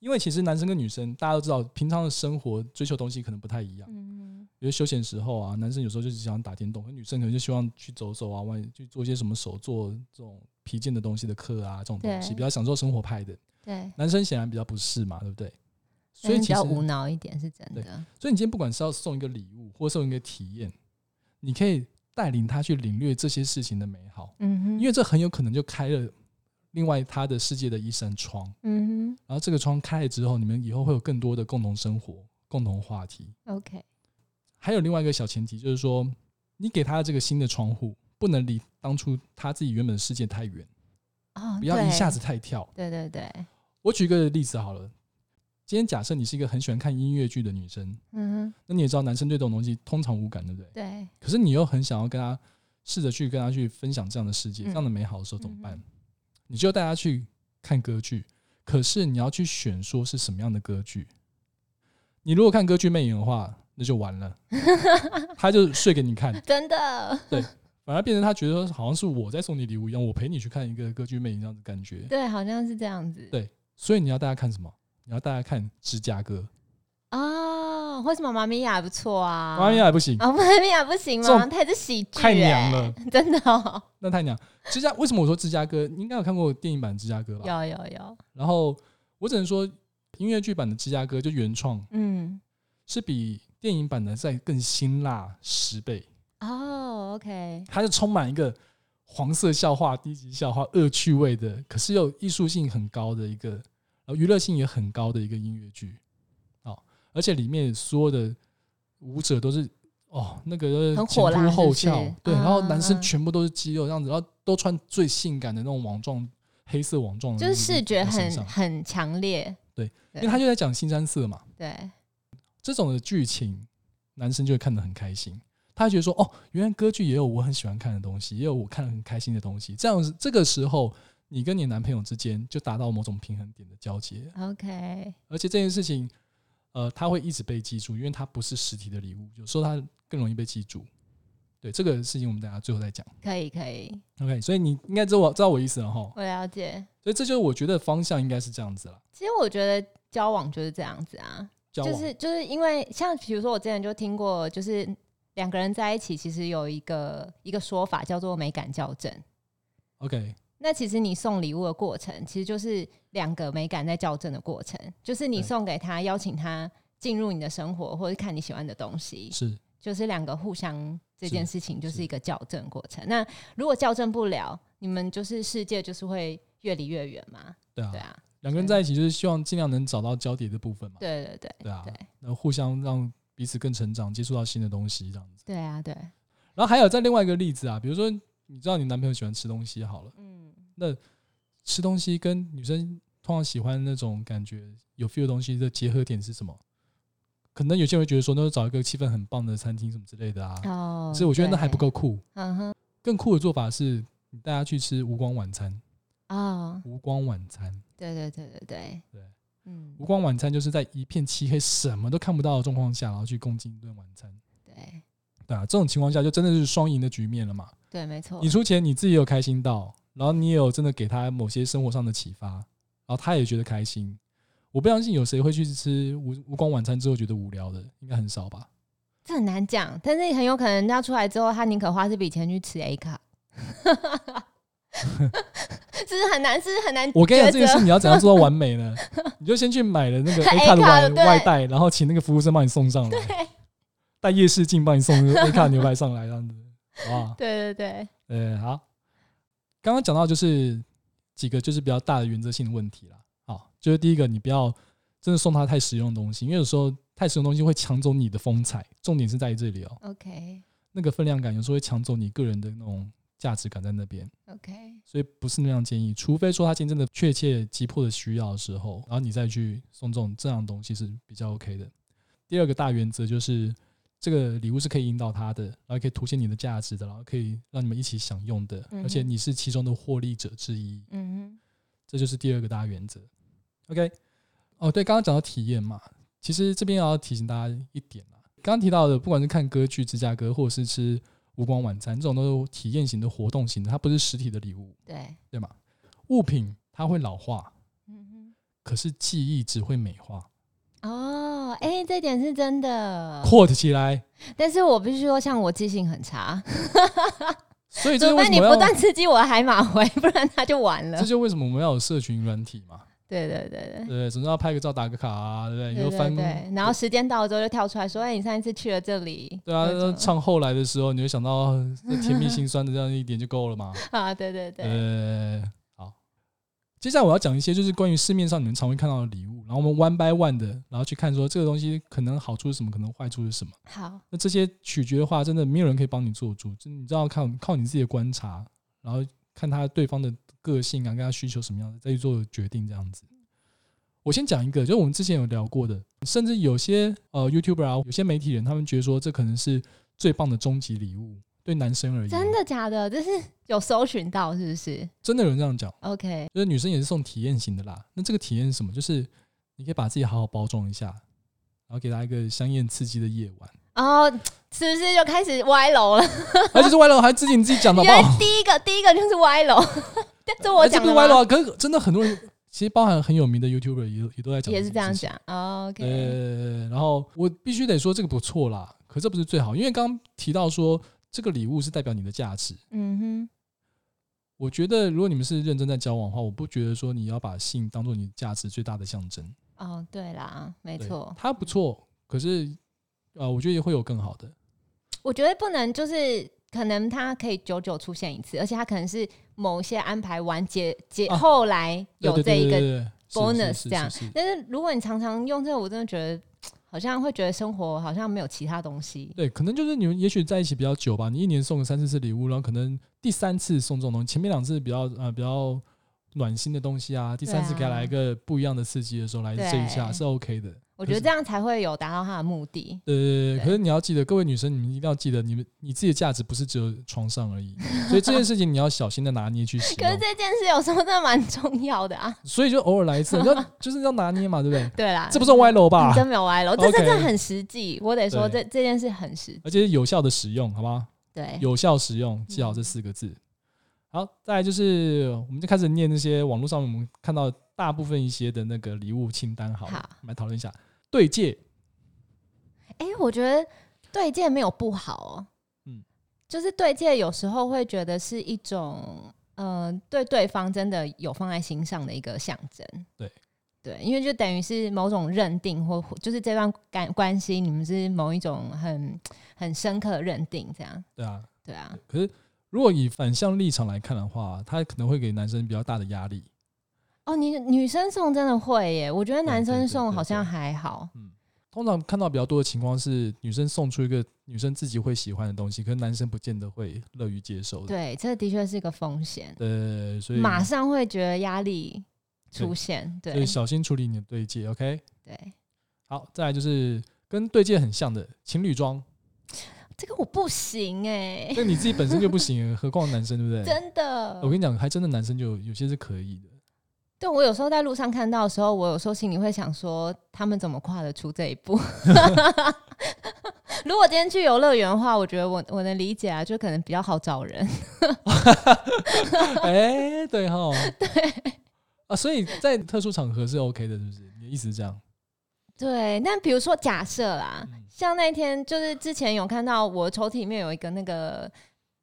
[SPEAKER 1] 因为其实男生跟女生大家都知道，平常的生活追求东西可能不太一样。
[SPEAKER 2] 嗯
[SPEAKER 1] 比如休闲时候啊，男生有时候就只想打电动，可女生可能就希望去走走啊，外去做一些什么手作这种皮件的东西的课啊，这种东西
[SPEAKER 2] 对
[SPEAKER 1] 比较享受生活派的。
[SPEAKER 2] 对，
[SPEAKER 1] 男生显然比较不是嘛，对不对？所以
[SPEAKER 2] 比
[SPEAKER 1] 其实
[SPEAKER 2] 较，无脑一点是真的。
[SPEAKER 1] 所以你今天不管是要送一个礼物，或送一个体验，你可以带领他去领略这些事情的美好，
[SPEAKER 2] 嗯哼，
[SPEAKER 1] 因为这很有可能就开了另外他的世界的一扇窗。
[SPEAKER 2] 嗯
[SPEAKER 1] 然后这个窗开了之后，你们以后会有更多的共同生活、共同话题。
[SPEAKER 2] 哼，OK，
[SPEAKER 1] 还有另外一个小前提，就是说，你给他的这个新的窗户，不能离当初他自己原本的世界太远，
[SPEAKER 2] 哦，
[SPEAKER 1] 不要一
[SPEAKER 2] 对
[SPEAKER 1] 下子，太跳。
[SPEAKER 2] 对对对，
[SPEAKER 1] 我举一个例子好了，今天假设你是一个很喜欢看音乐剧的女生，
[SPEAKER 2] 嗯哼，
[SPEAKER 1] 那你也知道男生对这种东西通常无感，对不对？
[SPEAKER 2] 对，
[SPEAKER 1] 可是你又很想要跟他试着去跟他去分享这样的世界、
[SPEAKER 2] 嗯
[SPEAKER 1] 这样的美好的时候，怎么办
[SPEAKER 2] 嗯？
[SPEAKER 1] 你就带他去看歌剧，可是你要去选说是什么样的歌剧。你如果看歌剧魅影的话，那就完 了，他就睡给你看，
[SPEAKER 2] 真 的，
[SPEAKER 1] 反而变成他觉得好像是我在送你礼物一样，我陪你去看一个歌剧魅影这样的感觉。
[SPEAKER 2] 对，好像是这样子。
[SPEAKER 1] 对所以你要带他看什么？你要带他看芝加哥，
[SPEAKER 2] 哦，或是妈妈咪呀也不错啊，
[SPEAKER 1] 妈呀，不行，
[SPEAKER 2] 啊，妈妈咪呀不行
[SPEAKER 1] 这
[SPEAKER 2] 吗？
[SPEAKER 1] 种
[SPEAKER 2] 它也是喜剧、欸，
[SPEAKER 1] 太娘了，
[SPEAKER 2] 真的、哦，
[SPEAKER 1] 那太娘。芝加为什么我说芝加哥？你应该有看过电影版芝加哥吧？
[SPEAKER 2] 有有有，
[SPEAKER 1] 然后我只能说，音乐剧版的芝加哥就原创
[SPEAKER 2] 嗯，
[SPEAKER 1] 是比电影版的再更辛辣十倍，
[SPEAKER 2] 哦，OK，
[SPEAKER 1] 它是充满一个黄色笑话、低级笑话、恶趣味的，可是又艺术性很高的一个，然后娱乐性也很高的一个音乐剧。哦，而且里面所有的舞者都是。哦，那个
[SPEAKER 2] 很
[SPEAKER 1] 前
[SPEAKER 2] 火辣
[SPEAKER 1] 凸后
[SPEAKER 2] 是不
[SPEAKER 1] 翘，
[SPEAKER 2] 是
[SPEAKER 1] 对，然后男
[SPEAKER 2] 嗯嗯
[SPEAKER 1] 生
[SPEAKER 2] 嗯
[SPEAKER 1] 全部都是肌肉这样子，然后都穿最性感的那种网状黑色网状的
[SPEAKER 2] 就
[SPEAKER 1] 那
[SPEAKER 2] 是
[SPEAKER 1] 种
[SPEAKER 2] 视觉
[SPEAKER 1] 在身
[SPEAKER 2] 很
[SPEAKER 1] 上
[SPEAKER 2] 很强烈，
[SPEAKER 1] 因为他就在讲新山色嘛，
[SPEAKER 2] 对，
[SPEAKER 1] 这种的剧情，男生就会看得很开心。他觉得说，哦，原来歌剧也有我很喜欢看的东西，也有我看得很开心的东西。这样子，这个时候，你跟你男朋友之间就达到某种平衡点的交接，
[SPEAKER 2] 啊 OK，
[SPEAKER 1] 而且这件事情，呃，他会一直被记住，因为它不是实体的礼物，有时候它更容易被记住。对这个事情，我们等下最后再讲。
[SPEAKER 2] 可以可以，
[SPEAKER 1] OK，所以你应该知道我知道我意思了哈。
[SPEAKER 2] 我了解。
[SPEAKER 1] 所以这就是我觉得方向应该是这样子啦。
[SPEAKER 2] 其实我觉得交往就是这样子啊，
[SPEAKER 1] 交往
[SPEAKER 2] 就是就是因为像比如说我之前就听过，就是两个人在一起，其实有一个一个说法叫做美感校正。
[SPEAKER 1] OK，
[SPEAKER 2] 那其实你送礼物的过程，其实就是两个美感在校正的过程，就是你
[SPEAKER 1] 对
[SPEAKER 2] 送给他，邀请他进入你的生活，或者看你喜欢的东西，
[SPEAKER 1] 是
[SPEAKER 2] 就是两个互相这件
[SPEAKER 1] 是
[SPEAKER 2] 事情就是
[SPEAKER 1] 是
[SPEAKER 2] 一个校正过程。那如果校正不了，你们就是世界就是会越离越远嘛，
[SPEAKER 1] 对啊
[SPEAKER 2] 对，啊，
[SPEAKER 1] 两个人在一起就是希望尽量能找到交叠的部分嘛。
[SPEAKER 2] 对对对
[SPEAKER 1] 对啊，
[SPEAKER 2] 对
[SPEAKER 1] 那互相让彼此更成长，接触到新的东西这样子。
[SPEAKER 2] 对啊对，
[SPEAKER 1] 然后还有在另外一个例子啊，比如说你知道你男朋友喜欢吃东西好了，
[SPEAKER 2] 嗯
[SPEAKER 1] 吃东西跟女生通常喜欢那种感觉有 feel 的东西的结合点是什么？可能有些人会觉得说，那就找一个气氛很棒的餐厅什么之类的啊。
[SPEAKER 2] 哦，
[SPEAKER 1] 所以我觉得那还不
[SPEAKER 2] 对，
[SPEAKER 1] 够酷，
[SPEAKER 2] 嗯哼，
[SPEAKER 1] 更酷的做法是你带他去吃无光晚餐。
[SPEAKER 2] 哦，
[SPEAKER 1] 无光晚餐，
[SPEAKER 2] 对对对对对
[SPEAKER 1] 对，
[SPEAKER 2] 嗯
[SPEAKER 1] 无光晚餐就是在一片漆黑、什么都看不到的状况下，然后去共进一顿晚餐。
[SPEAKER 2] 对
[SPEAKER 1] 对啊，这种情况下就真的是双赢的局面了嘛。
[SPEAKER 2] 对没错
[SPEAKER 1] 你，出钱，你自己有开心到，然后你也有真的给他某些生活上的启发，然后他也觉得开心。我不相信有谁会去吃无无光晚餐之后觉得无聊的，应该很少吧？
[SPEAKER 2] 这很难讲，但是很有可能人家出来之后，他宁可花这笔钱去吃 A 卡， 就是很难，是很难。
[SPEAKER 1] 我跟你讲，这
[SPEAKER 2] 抉
[SPEAKER 1] 件
[SPEAKER 2] 择
[SPEAKER 1] 事你要怎样做到完美 呢？你就先去买了那个
[SPEAKER 2] A
[SPEAKER 1] A 卡的
[SPEAKER 2] 卡
[SPEAKER 1] 外
[SPEAKER 2] 对
[SPEAKER 1] 外带，然后请那个服务生帮你送上来，
[SPEAKER 2] 对
[SPEAKER 1] 带夜视镜帮你送那个 A 卡牛排上来，这样子，好不好？
[SPEAKER 2] 对对对，
[SPEAKER 1] 呃，好，刚刚讲到就是几个就是比较大的原则性的问题啦。好，就是第一个，你不要真的送他太实用的东西，因为有时候太实用的东西会抢走你的风采。重点是在于这里哦，
[SPEAKER 2] 嗯 OK
[SPEAKER 1] 那个分量感有时候会抢走你个人的那种价值感在那边，
[SPEAKER 2] OK，
[SPEAKER 1] 所以不是那样建议。除非说他今天真的确切急迫的需要的时候，然后你再去送这种这样的东西是比较 OK 的。第二个大原则就是。这个礼物是可以引导他的，然后可以凸显你的价值的，然后可以让你们一起享用的，
[SPEAKER 2] 嗯哼
[SPEAKER 1] 而且你是其中的获利者之一。
[SPEAKER 2] 嗯
[SPEAKER 1] 这就是第二个大原则。OK，哦，对，刚刚讲到体验嘛，其实这边也要提醒大家一点啦，刚刚提到的，不管是看歌剧《芝加哥》，或者是吃无光晚餐，这种都是体验型的活动型的，它不是实体的礼物
[SPEAKER 2] 哼，，对，
[SPEAKER 1] 对吗？物品它会老化，
[SPEAKER 2] 嗯
[SPEAKER 1] 可是记忆只会美化。
[SPEAKER 2] 哼，哦，哎、这点是真的，
[SPEAKER 1] quote 起来，
[SPEAKER 2] 但是我必须说，像我记性很差，
[SPEAKER 1] 所 以这
[SPEAKER 2] 除
[SPEAKER 1] 就为
[SPEAKER 2] 非
[SPEAKER 1] 什
[SPEAKER 2] 你
[SPEAKER 1] 么
[SPEAKER 2] 不
[SPEAKER 1] 要，
[SPEAKER 2] 断刺激我的海马回，不然他就完了
[SPEAKER 1] 这。就为什么我们要有社群软体嘛？
[SPEAKER 2] 对对对对。
[SPEAKER 1] 对，总之要拍个照、打个卡啊，对不对？
[SPEAKER 2] 对
[SPEAKER 1] 又
[SPEAKER 2] 对
[SPEAKER 1] 翻
[SPEAKER 2] 对，然后时间到了之后就跳出来说：“哎、你上一次去了这里。”
[SPEAKER 1] 对啊，
[SPEAKER 2] 那
[SPEAKER 1] 那
[SPEAKER 2] 种
[SPEAKER 1] 唱后来的时候，你会想到呃这甜蜜心酸的这样一点就够了嘛？
[SPEAKER 2] 啊，对 对对，
[SPEAKER 1] 呃，好，接下来我要讲一些就是关于市面上你们常会看到的礼物，然后我们 one by one 的，然后去看说这个东西可能好处是什么，可能坏处是什么。
[SPEAKER 2] 好，
[SPEAKER 1] 那这些取决的话，真的没有人可以帮你做主，就你知道靠靠你自己的观察，然后看他对方的个性啊，跟他需求什么样的，再去做决定这样子。我先讲一个，就是我们之前有聊过的，甚至有些呃 YouTuber 啊，有些媒体人，他们觉得说这可能是最棒的终极礼物，对男生而言，
[SPEAKER 2] 真的假的？这是有搜寻到是不是
[SPEAKER 1] 真的有人这样讲。
[SPEAKER 2] ？OK，
[SPEAKER 1] 就是女生也是送体验型的啦。那这个体验是什么？就是你可以把自己好好包装一下，然后给她一个香艳刺激的夜晚。
[SPEAKER 2] 然后哦是不是就开始歪楼了？
[SPEAKER 1] 而且是歪楼，还自己你自己讲的
[SPEAKER 2] 因
[SPEAKER 1] 好
[SPEAKER 2] 为
[SPEAKER 1] 不好？
[SPEAKER 2] 第一个第一个就是歪楼， 这这我
[SPEAKER 1] 哎这
[SPEAKER 2] 讲
[SPEAKER 1] 不是
[SPEAKER 2] 的
[SPEAKER 1] 歪楼
[SPEAKER 2] 吗？
[SPEAKER 1] 啊，可是真的很多人，其实包含很有名的 YouTuber 也也都在讲，
[SPEAKER 2] 也是这样。讲。哦 OK，
[SPEAKER 1] 呃，然后我必须得说这个不错啦，可这不是最好，因为刚刚提到说这个礼物是代表你的价值。
[SPEAKER 2] 嗯
[SPEAKER 1] 我觉得如果你们是认真在交往的话，我不觉得说你要把性当做你价值最大的象征。
[SPEAKER 2] 哼，哦，对啦，没
[SPEAKER 1] 对
[SPEAKER 2] 错，
[SPEAKER 1] 它不错，可是呃，我觉得也会有更好的。
[SPEAKER 2] 我觉得不能就是。可能它可以久久出现一次，而且它可能是某些安排完结结、
[SPEAKER 1] 啊
[SPEAKER 2] 后来有这一个
[SPEAKER 1] 个
[SPEAKER 2] bonus 这样
[SPEAKER 1] 是是
[SPEAKER 2] 但是如果你常常用这个，我真的觉得好像会觉得生活好像没有其他东西。
[SPEAKER 1] 对，可能就是你们也许在一起比较久吧，你一年送个三四次礼物，然后可能第三次送这种东西，前面两次比较呃比较暖心的东西啊，第三次
[SPEAKER 2] 对啊
[SPEAKER 1] 给他来一个不一样的刺激的时候来这一下
[SPEAKER 2] 对
[SPEAKER 1] 是 OK 的。
[SPEAKER 2] 我觉得这样才会有达到它的目的。
[SPEAKER 1] 呃，
[SPEAKER 2] 对
[SPEAKER 1] 可是你要记得，各位女生，你们一定要记得，你们你自己的价值不是只有床上而已，所以这件事情你要小心的拿捏去使
[SPEAKER 2] 可是
[SPEAKER 1] 用。
[SPEAKER 2] 这件事有时候真的蛮重要的啊。
[SPEAKER 1] 所以就偶尔来一次，你要就是要拿捏嘛，对不对？
[SPEAKER 2] 对啦，
[SPEAKER 1] 这不算歪楼吧
[SPEAKER 2] 嗯你？真没有歪楼， 这
[SPEAKER 1] OK
[SPEAKER 2] 这这很实际。我得说，
[SPEAKER 1] 对
[SPEAKER 2] 啊这这件事很实际。
[SPEAKER 1] 而且是有效的使用，好不好？
[SPEAKER 2] 对，
[SPEAKER 1] 有效使用，记好这四个字。好，再来就是我们就开始念那些网络上我们看到大部分一些的那个礼物清单好了，
[SPEAKER 2] 好
[SPEAKER 1] 我们来讨论一下对戒。
[SPEAKER 2] 哎、我觉得对戒没有不好哦。
[SPEAKER 1] 嗯
[SPEAKER 2] 嗯，就是对戒有时候会觉得是一种，呃，对对方真的有放在心上的一个象征。
[SPEAKER 1] 对
[SPEAKER 2] 对，因为就等于是某种认定，或或就是这段感关系，你们是某一种很很深刻的认定，这样。
[SPEAKER 1] 对啊，
[SPEAKER 2] 对啊，
[SPEAKER 1] 可是如果以反向立场来看的话，它可能会给男生比较大的压力。
[SPEAKER 2] 哦，你女生送真的会耶，我觉得男
[SPEAKER 1] 对对
[SPEAKER 2] 生
[SPEAKER 1] 对
[SPEAKER 2] 送
[SPEAKER 1] 对
[SPEAKER 2] 好像
[SPEAKER 1] 对
[SPEAKER 2] 还好。
[SPEAKER 1] 通常看到比较多的情况是，女生送出一个女生自己会喜欢的东西，可是男生不见得会乐于接受的。
[SPEAKER 2] 对，这的确是一个风险，
[SPEAKER 1] 对，所以
[SPEAKER 2] 马上会觉得压力出现。
[SPEAKER 1] 所以
[SPEAKER 2] 对
[SPEAKER 1] 小心处理你的对戒，OK？
[SPEAKER 2] 对。
[SPEAKER 1] 好，再来就是跟对戒很像的情侣装。
[SPEAKER 2] 这个我不行哎、
[SPEAKER 1] 那你自己本身就不行， 何况男生对不对？
[SPEAKER 2] 真的
[SPEAKER 1] 我。跟你讲，还真的男生就有有些是可以 的。
[SPEAKER 2] 对我有时候在路上看到的时候，我有时候心里会想说，他们怎么跨得出这一步？ 如果今天去游乐园的话，我觉得我我能理解啊，就可能比较好找人。
[SPEAKER 1] 哎、对哈，对啊，所以在特殊场合是 OK 的，是不是？你的意思是这样？
[SPEAKER 2] 对，那比如说假设啦，
[SPEAKER 1] 嗯
[SPEAKER 2] 像那天就是之前有看到我抽屉里面有一个那个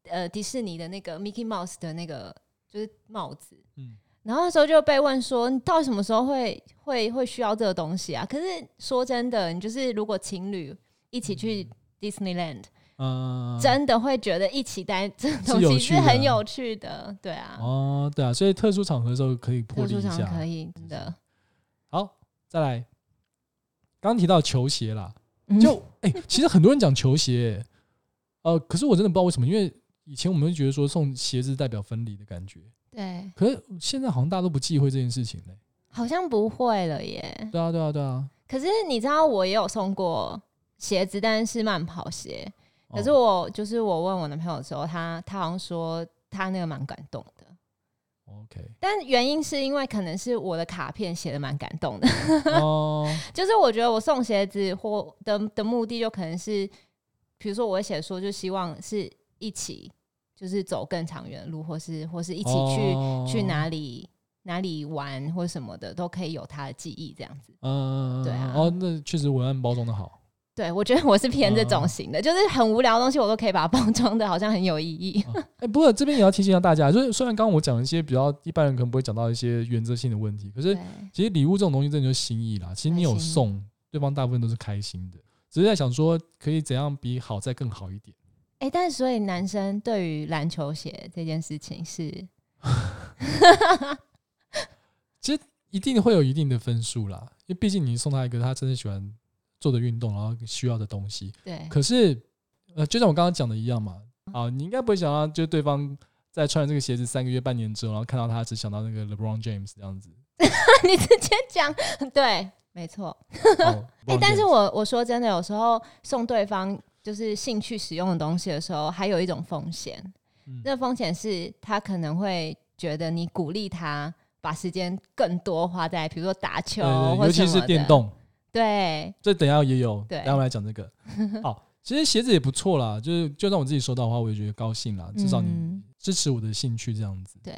[SPEAKER 2] 呃迪士尼的那个 Mickey Mouse 的那个就是帽子，
[SPEAKER 1] 嗯
[SPEAKER 2] 然后那时候就被问说，你到底什么时候会会会需要这个东西啊？可是说真的，你就是如果情侣一起去 Disneyland，、
[SPEAKER 1] 嗯、
[SPEAKER 2] 真的会觉得一起待这个
[SPEAKER 1] 是
[SPEAKER 2] 东
[SPEAKER 1] 有
[SPEAKER 2] 西
[SPEAKER 1] 趣
[SPEAKER 2] 是
[SPEAKER 1] 的啊
[SPEAKER 2] 很有趣的，对啊，
[SPEAKER 1] 哦，对啊，所以特殊场合的时候可以破
[SPEAKER 2] 特
[SPEAKER 1] 例
[SPEAKER 2] 殊
[SPEAKER 1] 一
[SPEAKER 2] 场
[SPEAKER 1] 下。
[SPEAKER 2] 可以真的。
[SPEAKER 1] 好，再来，刚刚提到球鞋啦，
[SPEAKER 2] 嗯
[SPEAKER 1] 就哎、其实很多人讲球鞋、呃，可是我真的不知道为什么，因为以前我们会觉得说送鞋子代表分离的感觉，
[SPEAKER 2] 对，
[SPEAKER 1] 可是现在好像大家都不忌讳这件事情嘞。
[SPEAKER 2] 好像不会了耶。
[SPEAKER 1] 对啊，对啊，对啊。
[SPEAKER 2] 可是你知道，我也有送过鞋子，但是是慢跑鞋。
[SPEAKER 1] 哦
[SPEAKER 2] 可是我就是我问我男朋友的时候，他他好像说他那个蛮感动的。
[SPEAKER 1] OK，
[SPEAKER 2] 但原因是因为可能是我的卡片写的蛮感动的，
[SPEAKER 1] 哦，
[SPEAKER 2] 就是我觉得我送鞋子或的的目的就可能是，比如说我会写说就希望是一起就是走更长远的路，或是或是一
[SPEAKER 1] 一
[SPEAKER 2] 起去、
[SPEAKER 1] 哦
[SPEAKER 2] 去？哪里哪里玩或什么的，都可以有他的记忆这样子。
[SPEAKER 1] 嗯，
[SPEAKER 2] 对啊
[SPEAKER 1] 哦，那确实文案包装的好，
[SPEAKER 2] 对，我觉得我是偏这种型的，就是很无聊的东西，我都可以把它包装的好像很有意义。
[SPEAKER 1] 哎、不过这边也要提醒一下大家，就是虽然刚刚我讲了一些比较一般人可能不会讲到一些原则性的问题，可是
[SPEAKER 2] 对，
[SPEAKER 1] 其实礼物这种东西真的就是心意啦。其实你有
[SPEAKER 2] 开心
[SPEAKER 1] 送，对方大部分都是开心的，只是在想说可以怎样比好再更好一点。
[SPEAKER 2] 哎、但是所以男生对于篮球鞋这件事情是
[SPEAKER 1] 一定会有一定的分数啦，因为毕竟你送他一个他真的喜欢做的运动，然后需要的东西。
[SPEAKER 2] 对，
[SPEAKER 1] 可是，呃，就像我刚刚讲的一样嘛，啊，你应该不会想到，就是对方在穿了这个鞋子三个月、半年之后，然后看到他只想到那个 LeBron James 这样子。
[SPEAKER 2] 你直接讲，对，没错。
[SPEAKER 1] 哦
[SPEAKER 2] 哎、
[SPEAKER 1] LeBron
[SPEAKER 2] 但是
[SPEAKER 1] James
[SPEAKER 2] 我我说真的，有时候送对方就是兴趣使用的东西的时候，还有一种风险，
[SPEAKER 1] 嗯
[SPEAKER 2] 那风险是他可能会觉得你鼓励他把时间更多花在比如说打球
[SPEAKER 1] 对对
[SPEAKER 2] 或
[SPEAKER 1] 对，尤其
[SPEAKER 2] 什么
[SPEAKER 1] 是
[SPEAKER 2] 的
[SPEAKER 1] 电，动，
[SPEAKER 2] 对
[SPEAKER 1] 这等一下也有，
[SPEAKER 2] 对
[SPEAKER 1] 等一下我们来讲 这个。好，其实鞋子也不错啦，就是就算我自己收到的话，我也觉得高兴啦，至少你
[SPEAKER 2] 嗯
[SPEAKER 1] 支持我的兴趣这样子。
[SPEAKER 2] 对，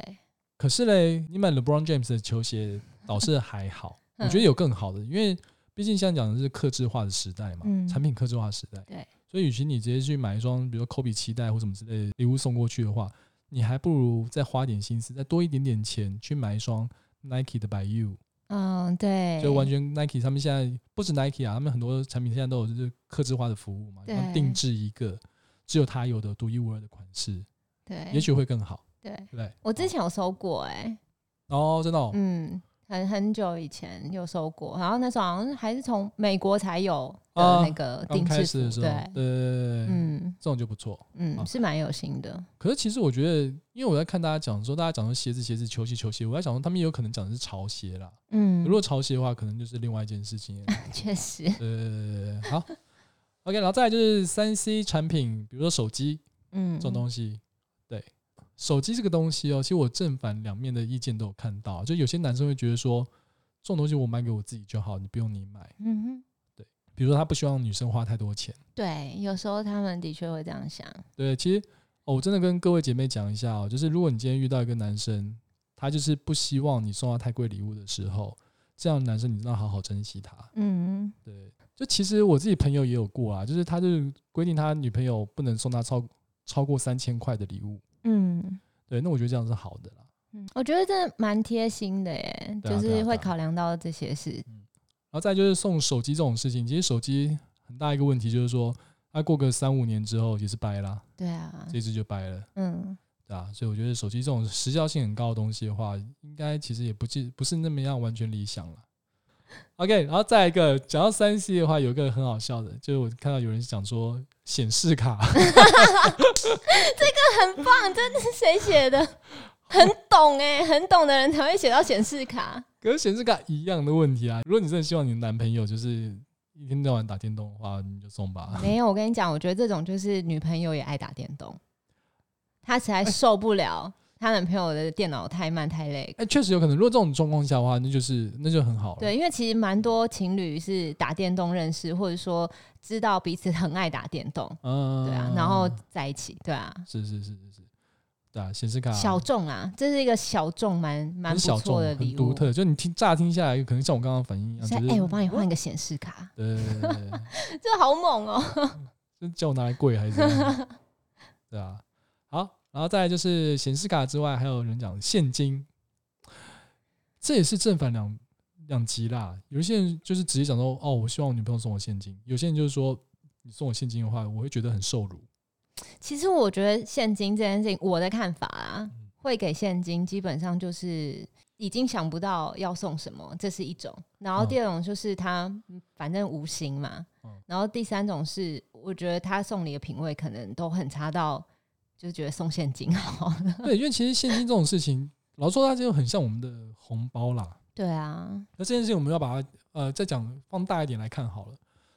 [SPEAKER 1] 可是嘞，你买 LeBron James 的球鞋倒是还好，
[SPEAKER 2] 嗯
[SPEAKER 1] 我觉得有更好的，因为毕竟现在讲的是克制化的时代嘛，
[SPEAKER 2] 嗯
[SPEAKER 1] 产品克制化的时代。
[SPEAKER 2] 对，
[SPEAKER 1] 所以与其你直接去买一双，比如科比七代或什么之类的礼物送过去的话，你还不如再花点心思，再多一点点钱去买一双 Nike 的 By You，
[SPEAKER 2] 嗯对，
[SPEAKER 1] 就完全 Nike 他们现在不止 Nike 啊，他们很多产品现在都有就是克制化的服务嘛，
[SPEAKER 2] 对
[SPEAKER 1] 然后定制一个只有它有的独一无二的款式，
[SPEAKER 2] 对，
[SPEAKER 1] 也许会更好，
[SPEAKER 2] 对
[SPEAKER 1] 对不对？
[SPEAKER 2] 我之前有收过哎、
[SPEAKER 1] 哦，真的、哦，
[SPEAKER 2] 嗯，很很久以前有收过，然后那时候好像还是从美国才有的
[SPEAKER 1] 啊
[SPEAKER 2] 那个
[SPEAKER 1] 刚
[SPEAKER 2] 定
[SPEAKER 1] 开
[SPEAKER 2] 制
[SPEAKER 1] 始
[SPEAKER 2] 服，
[SPEAKER 1] 的时候，
[SPEAKER 2] 对
[SPEAKER 1] 对对，对对对
[SPEAKER 2] 嗯
[SPEAKER 1] 这种就不错。好
[SPEAKER 2] 嗯，是蛮有心的，
[SPEAKER 1] 可是其实我觉得，因为我在看大家讲说，大家讲说鞋子、鞋子、球鞋、球鞋，我在想说他们也有可能讲的是潮鞋啦。
[SPEAKER 2] 嗯
[SPEAKER 1] 如，果潮鞋的话，可能就是另外一件事情。
[SPEAKER 2] 确实，
[SPEAKER 1] 呃，好，OK，然后再来就是三 C 产品，比如说手机
[SPEAKER 2] 嗯，
[SPEAKER 1] 这种东西。对，手机这个东西哦，其实我正反两面的意见都有看到，就有些男生会觉得说，这种东西我买给我自己就好，你不用你买。
[SPEAKER 2] 嗯哼，
[SPEAKER 1] 比如说他不希望女生花太多钱。
[SPEAKER 2] 对，有时候他们的确会这样想，
[SPEAKER 1] 对，其实、哦我真的跟各位姐妹讲一下哦，就是如果你今天遇到一个男生，他就是不希望你送他太贵礼物的时候，这样的男生你真的要好好珍惜他。
[SPEAKER 2] 嗯，
[SPEAKER 1] 对，就其实我自己朋友也有过啊，就是他就是规定他女朋友不能送他超超过三千块的礼物。
[SPEAKER 2] 嗯
[SPEAKER 1] 对，那我觉得这样是好的啦。
[SPEAKER 2] 嗯，我觉得这蛮贴心的耶，
[SPEAKER 1] 对啊
[SPEAKER 2] 就
[SPEAKER 1] 对啊
[SPEAKER 2] 是
[SPEAKER 1] 对
[SPEAKER 2] 会
[SPEAKER 1] 啊
[SPEAKER 2] 考量到这些事。
[SPEAKER 1] 然后再就是送手机这种事情，其实手机很大一个问题就是说，它过个三五年之后也是掰啦，
[SPEAKER 2] 对啊，
[SPEAKER 1] 这只就掰了。
[SPEAKER 2] 嗯，
[SPEAKER 1] 对啊，所以我觉得手机这种时效性很高的东西的话，应该其实也不是不是那么样完全理想了。OK，然后再一个，讲到三 C 的话，有一个很好笑的，就是我看到有人讲说显示卡，
[SPEAKER 2] 很棒，这是谁写的？很懂哎，很懂的人才会写到显示卡。
[SPEAKER 1] 可是显示卡一样的问题啊。如果你真的希望你的男朋友就是一天到晚打电动的话，你就送吧。
[SPEAKER 2] 没有，我跟你讲，我觉得这种就是女朋友也爱打电动，她实
[SPEAKER 1] 哎
[SPEAKER 2] 在受不了她男朋友的电脑太慢太累。
[SPEAKER 1] 哎，确实有可能，如果这种状况下的话，那就是那就很好了。
[SPEAKER 2] 对，因为其实蛮多情侣是打电动认识，或者说知道彼此很爱打电动，
[SPEAKER 1] 嗯，
[SPEAKER 2] 对啊，然后在一起，对啊，
[SPEAKER 1] 是是是是是，对啊，显示卡
[SPEAKER 2] 小众啊，这是一个小众蛮蛮
[SPEAKER 1] 很
[SPEAKER 2] 不
[SPEAKER 1] 小
[SPEAKER 2] 错
[SPEAKER 1] 众，
[SPEAKER 2] 的
[SPEAKER 1] 很
[SPEAKER 2] 礼
[SPEAKER 1] 独
[SPEAKER 2] 物。
[SPEAKER 1] 特，就你听乍听下来，可能像我刚刚反应一样，
[SPEAKER 2] 现
[SPEAKER 1] 就
[SPEAKER 2] 在
[SPEAKER 1] 是
[SPEAKER 2] 哎、我帮你换一个显示卡，
[SPEAKER 1] 对对对对对，
[SPEAKER 2] 这好猛哦、
[SPEAKER 1] 就叫我拿来跪还是怎样？ 对啊，好，然后再来就是显示卡之外，还有人讲现金，这也是正反两两极啦。有一些人就是直接讲说，哦，我希望我女朋友送我现金；有些人就是说，你送我现金的话，我会觉得很受辱。
[SPEAKER 2] 其实我觉得现金这件事情，我的看法
[SPEAKER 1] 嗯
[SPEAKER 2] 啊，会给现金基本上就是已经想不到要送什么，这是一种。然后
[SPEAKER 1] 嗯
[SPEAKER 2] 第二种就是他嗯反正无形嘛
[SPEAKER 1] 嗯，
[SPEAKER 2] 然后第三种是我觉得他送礼的品味可能都很差到，就觉得送现金好了。
[SPEAKER 1] 对，因为其实现金这种事情，老实说它就很像我们的红包啦。
[SPEAKER 2] 对啊，
[SPEAKER 1] 那这件事情我们要把它呃再讲放大一点来看好了，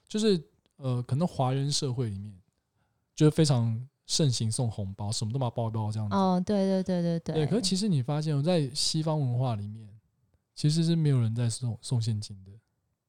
[SPEAKER 1] 就是呃可能华人社会里面就是非常盛行送红包，什么都把它包一包这样子。
[SPEAKER 2] 哦，对对对对
[SPEAKER 1] 对，可是其实你发现哦，在西方文化里面，其实是没有人在送送现金的，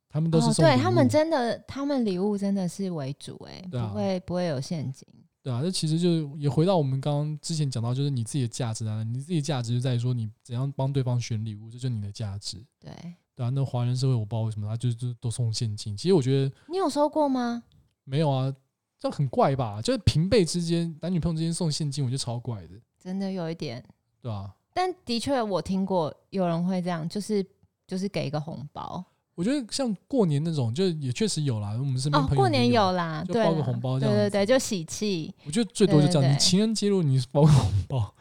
[SPEAKER 1] 他们都是
[SPEAKER 2] 哦，
[SPEAKER 1] 送礼物、
[SPEAKER 2] 对他们真的，他们礼物真的是为主、哎、
[SPEAKER 1] 对啊
[SPEAKER 2] 不会不会有现金。
[SPEAKER 1] 对啊，这其实就是也回到我们刚刚之前讲到，就是你自己的价值啊，你自己的价值就在于说你怎样帮对方选礼物，这就是你的价值，
[SPEAKER 2] 对
[SPEAKER 1] 对啊。那华人社会我不知道为什么他就是都送现金，其实我觉得
[SPEAKER 2] 你有收过吗？
[SPEAKER 1] 没有啊，这样很怪吧？就是平辈之间，男女朋友之间送现金，我觉得超怪的，
[SPEAKER 2] 真的有一点。
[SPEAKER 1] 对吧、
[SPEAKER 2] 但的确，我听过有人会这样，就是就是给一个红包
[SPEAKER 1] 我觉得像过年那种，就是也确实有啦，我们身边
[SPEAKER 2] 哦
[SPEAKER 1] 朋，友
[SPEAKER 2] 过
[SPEAKER 1] 也
[SPEAKER 2] 年有啦，
[SPEAKER 1] 就
[SPEAKER 2] 对
[SPEAKER 1] 包个
[SPEAKER 2] 啦
[SPEAKER 1] 红包这
[SPEAKER 2] 对
[SPEAKER 1] 样子
[SPEAKER 2] 对对，就喜气。
[SPEAKER 1] 我觉得最多就这样，
[SPEAKER 2] 对对
[SPEAKER 1] 你
[SPEAKER 2] 对
[SPEAKER 1] 情人节如果你包个红包，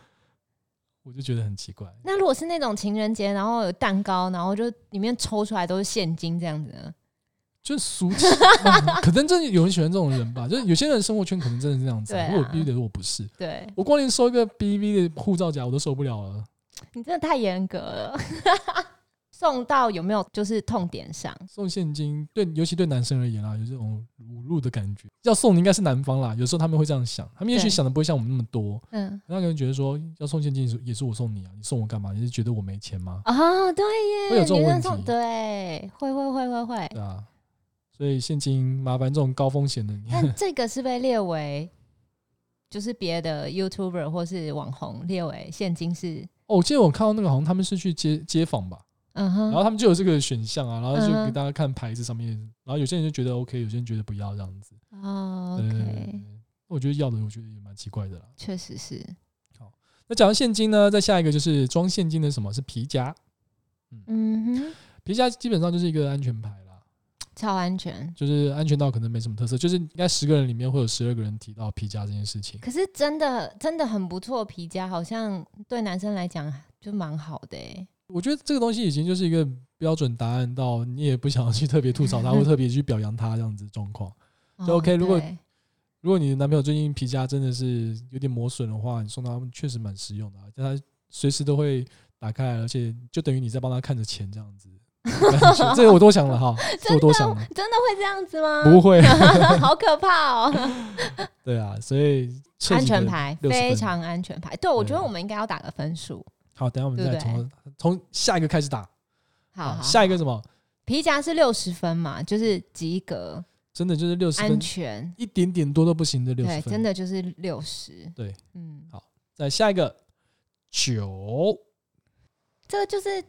[SPEAKER 1] 我就觉得很奇怪。
[SPEAKER 2] 那如果是那种情人节，然后有蛋糕，然后就里面抽出来都是现金这样子呢？
[SPEAKER 1] 就是俗 气，嗯可能真的有人喜欢这种人吧。就是有些人生活圈可能真的是这样子、
[SPEAKER 2] 对啊
[SPEAKER 1] 如果必须得说我不是，
[SPEAKER 2] 对
[SPEAKER 1] 我光连收一个 BV 的护照夹我都受不了了。
[SPEAKER 2] 你真的太严格了。 送到有没有就是痛点上？
[SPEAKER 1] 送现金对，尤其对男生而言啦，有这种侮辱的感觉。要送的应该是男方啦，有时候他们会这样想，他们也许
[SPEAKER 2] 对
[SPEAKER 1] 想的不会像我们那么多，
[SPEAKER 2] 嗯
[SPEAKER 1] 那可能觉得说要送现金也是也是我送你啊，你送我干嘛？你是觉得我没钱吗？
[SPEAKER 2] 哦，对耶，
[SPEAKER 1] 会有这种
[SPEAKER 2] 女生
[SPEAKER 1] 问题
[SPEAKER 2] 送对，会会会会会。
[SPEAKER 1] 对啊，所以现金麻烦这种高风险的，你
[SPEAKER 2] 但这个是被列为，就是别的 YouTuber 或是网红列为现金是，
[SPEAKER 1] 哦，我记得我看到那个好像他们是去街街访吧，
[SPEAKER 2] 嗯哼，
[SPEAKER 1] 然后他们就有这个选项啊，然后就
[SPEAKER 2] 嗯
[SPEAKER 1] 给
[SPEAKER 2] 哼
[SPEAKER 1] 大家看牌子上面，然后有些人就觉得 OK，有些人觉得不要这样子。
[SPEAKER 2] 哦
[SPEAKER 1] 对对对对对
[SPEAKER 2] ，OK，
[SPEAKER 1] 我觉得要的，我觉得也蛮奇怪的啦。
[SPEAKER 2] 确实是，
[SPEAKER 1] 那讲到现金呢，再下一个就是装现金的什么是皮夹，
[SPEAKER 2] 嗯哼，
[SPEAKER 1] 皮夹基本上就是一个安全牌啦，
[SPEAKER 2] 超安全。
[SPEAKER 1] 就是安全到可能没什么特色，就是应该十个人里面会有十二个人提到皮夹这件事情。
[SPEAKER 2] 可是真的真的很不错，皮夹好像对男生来讲就蛮好的欸
[SPEAKER 1] 我觉得这个东西已经就是一个标准答案，到你也不想要去特别吐槽 它，或特别去表扬它这样子的状况。就 OK，
[SPEAKER 2] 哦
[SPEAKER 1] 如果
[SPEAKER 2] 对
[SPEAKER 1] 如果你的男朋友最近皮夹真的是有点磨损的话，你送他们确实蛮实用的、啊，但他随时都会打开来，而且就等于你在帮他看着钱这 样子。感觉这个我多想了哈，这我多想了，
[SPEAKER 2] 真哦的会这样子吗？
[SPEAKER 1] 不会，
[SPEAKER 2] 好可怕哦！
[SPEAKER 1] 对啊，所以确实
[SPEAKER 2] 安全
[SPEAKER 1] 可以
[SPEAKER 2] 牌
[SPEAKER 1] 60分
[SPEAKER 2] 非常安全牌，对我
[SPEAKER 1] 对
[SPEAKER 2] 觉得我们应该要打个分数。
[SPEAKER 1] 好。等一下我们再
[SPEAKER 2] 对不
[SPEAKER 1] 从从下一个开始打，
[SPEAKER 2] 好，好
[SPEAKER 1] 下一个什么？
[SPEAKER 2] 皮夹是六十分嘛，就是及格，
[SPEAKER 1] 真的就是六十
[SPEAKER 2] 安
[SPEAKER 1] 分，
[SPEAKER 2] 全，
[SPEAKER 1] 一点点多都不行的六
[SPEAKER 2] 对
[SPEAKER 1] 十，分，
[SPEAKER 2] 真的就是六十。
[SPEAKER 1] 对，
[SPEAKER 2] 嗯，
[SPEAKER 1] 再下一个九
[SPEAKER 2] 这个就是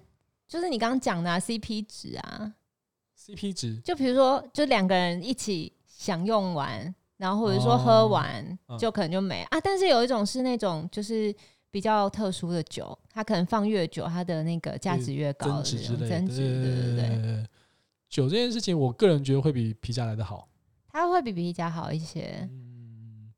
[SPEAKER 2] 就是你刚刚讲的、啊、CP 值啊，
[SPEAKER 1] CP 值，
[SPEAKER 2] 就比如说就两个人一起享用完，然后或者说
[SPEAKER 1] 哦
[SPEAKER 2] 喝完，
[SPEAKER 1] 嗯
[SPEAKER 2] 就可能就没啊。但是有一种是那种就是。比较特殊的酒，它可能放越久，它的那个价值越高
[SPEAKER 1] 增
[SPEAKER 2] 的
[SPEAKER 1] 值
[SPEAKER 2] 这
[SPEAKER 1] 之
[SPEAKER 2] 种，
[SPEAKER 1] 类的，
[SPEAKER 2] 增值，对对对，
[SPEAKER 1] 对。酒这件事情，我个人觉得会比皮夹来的好。
[SPEAKER 2] 它会比皮夹好一些。
[SPEAKER 1] 嗯，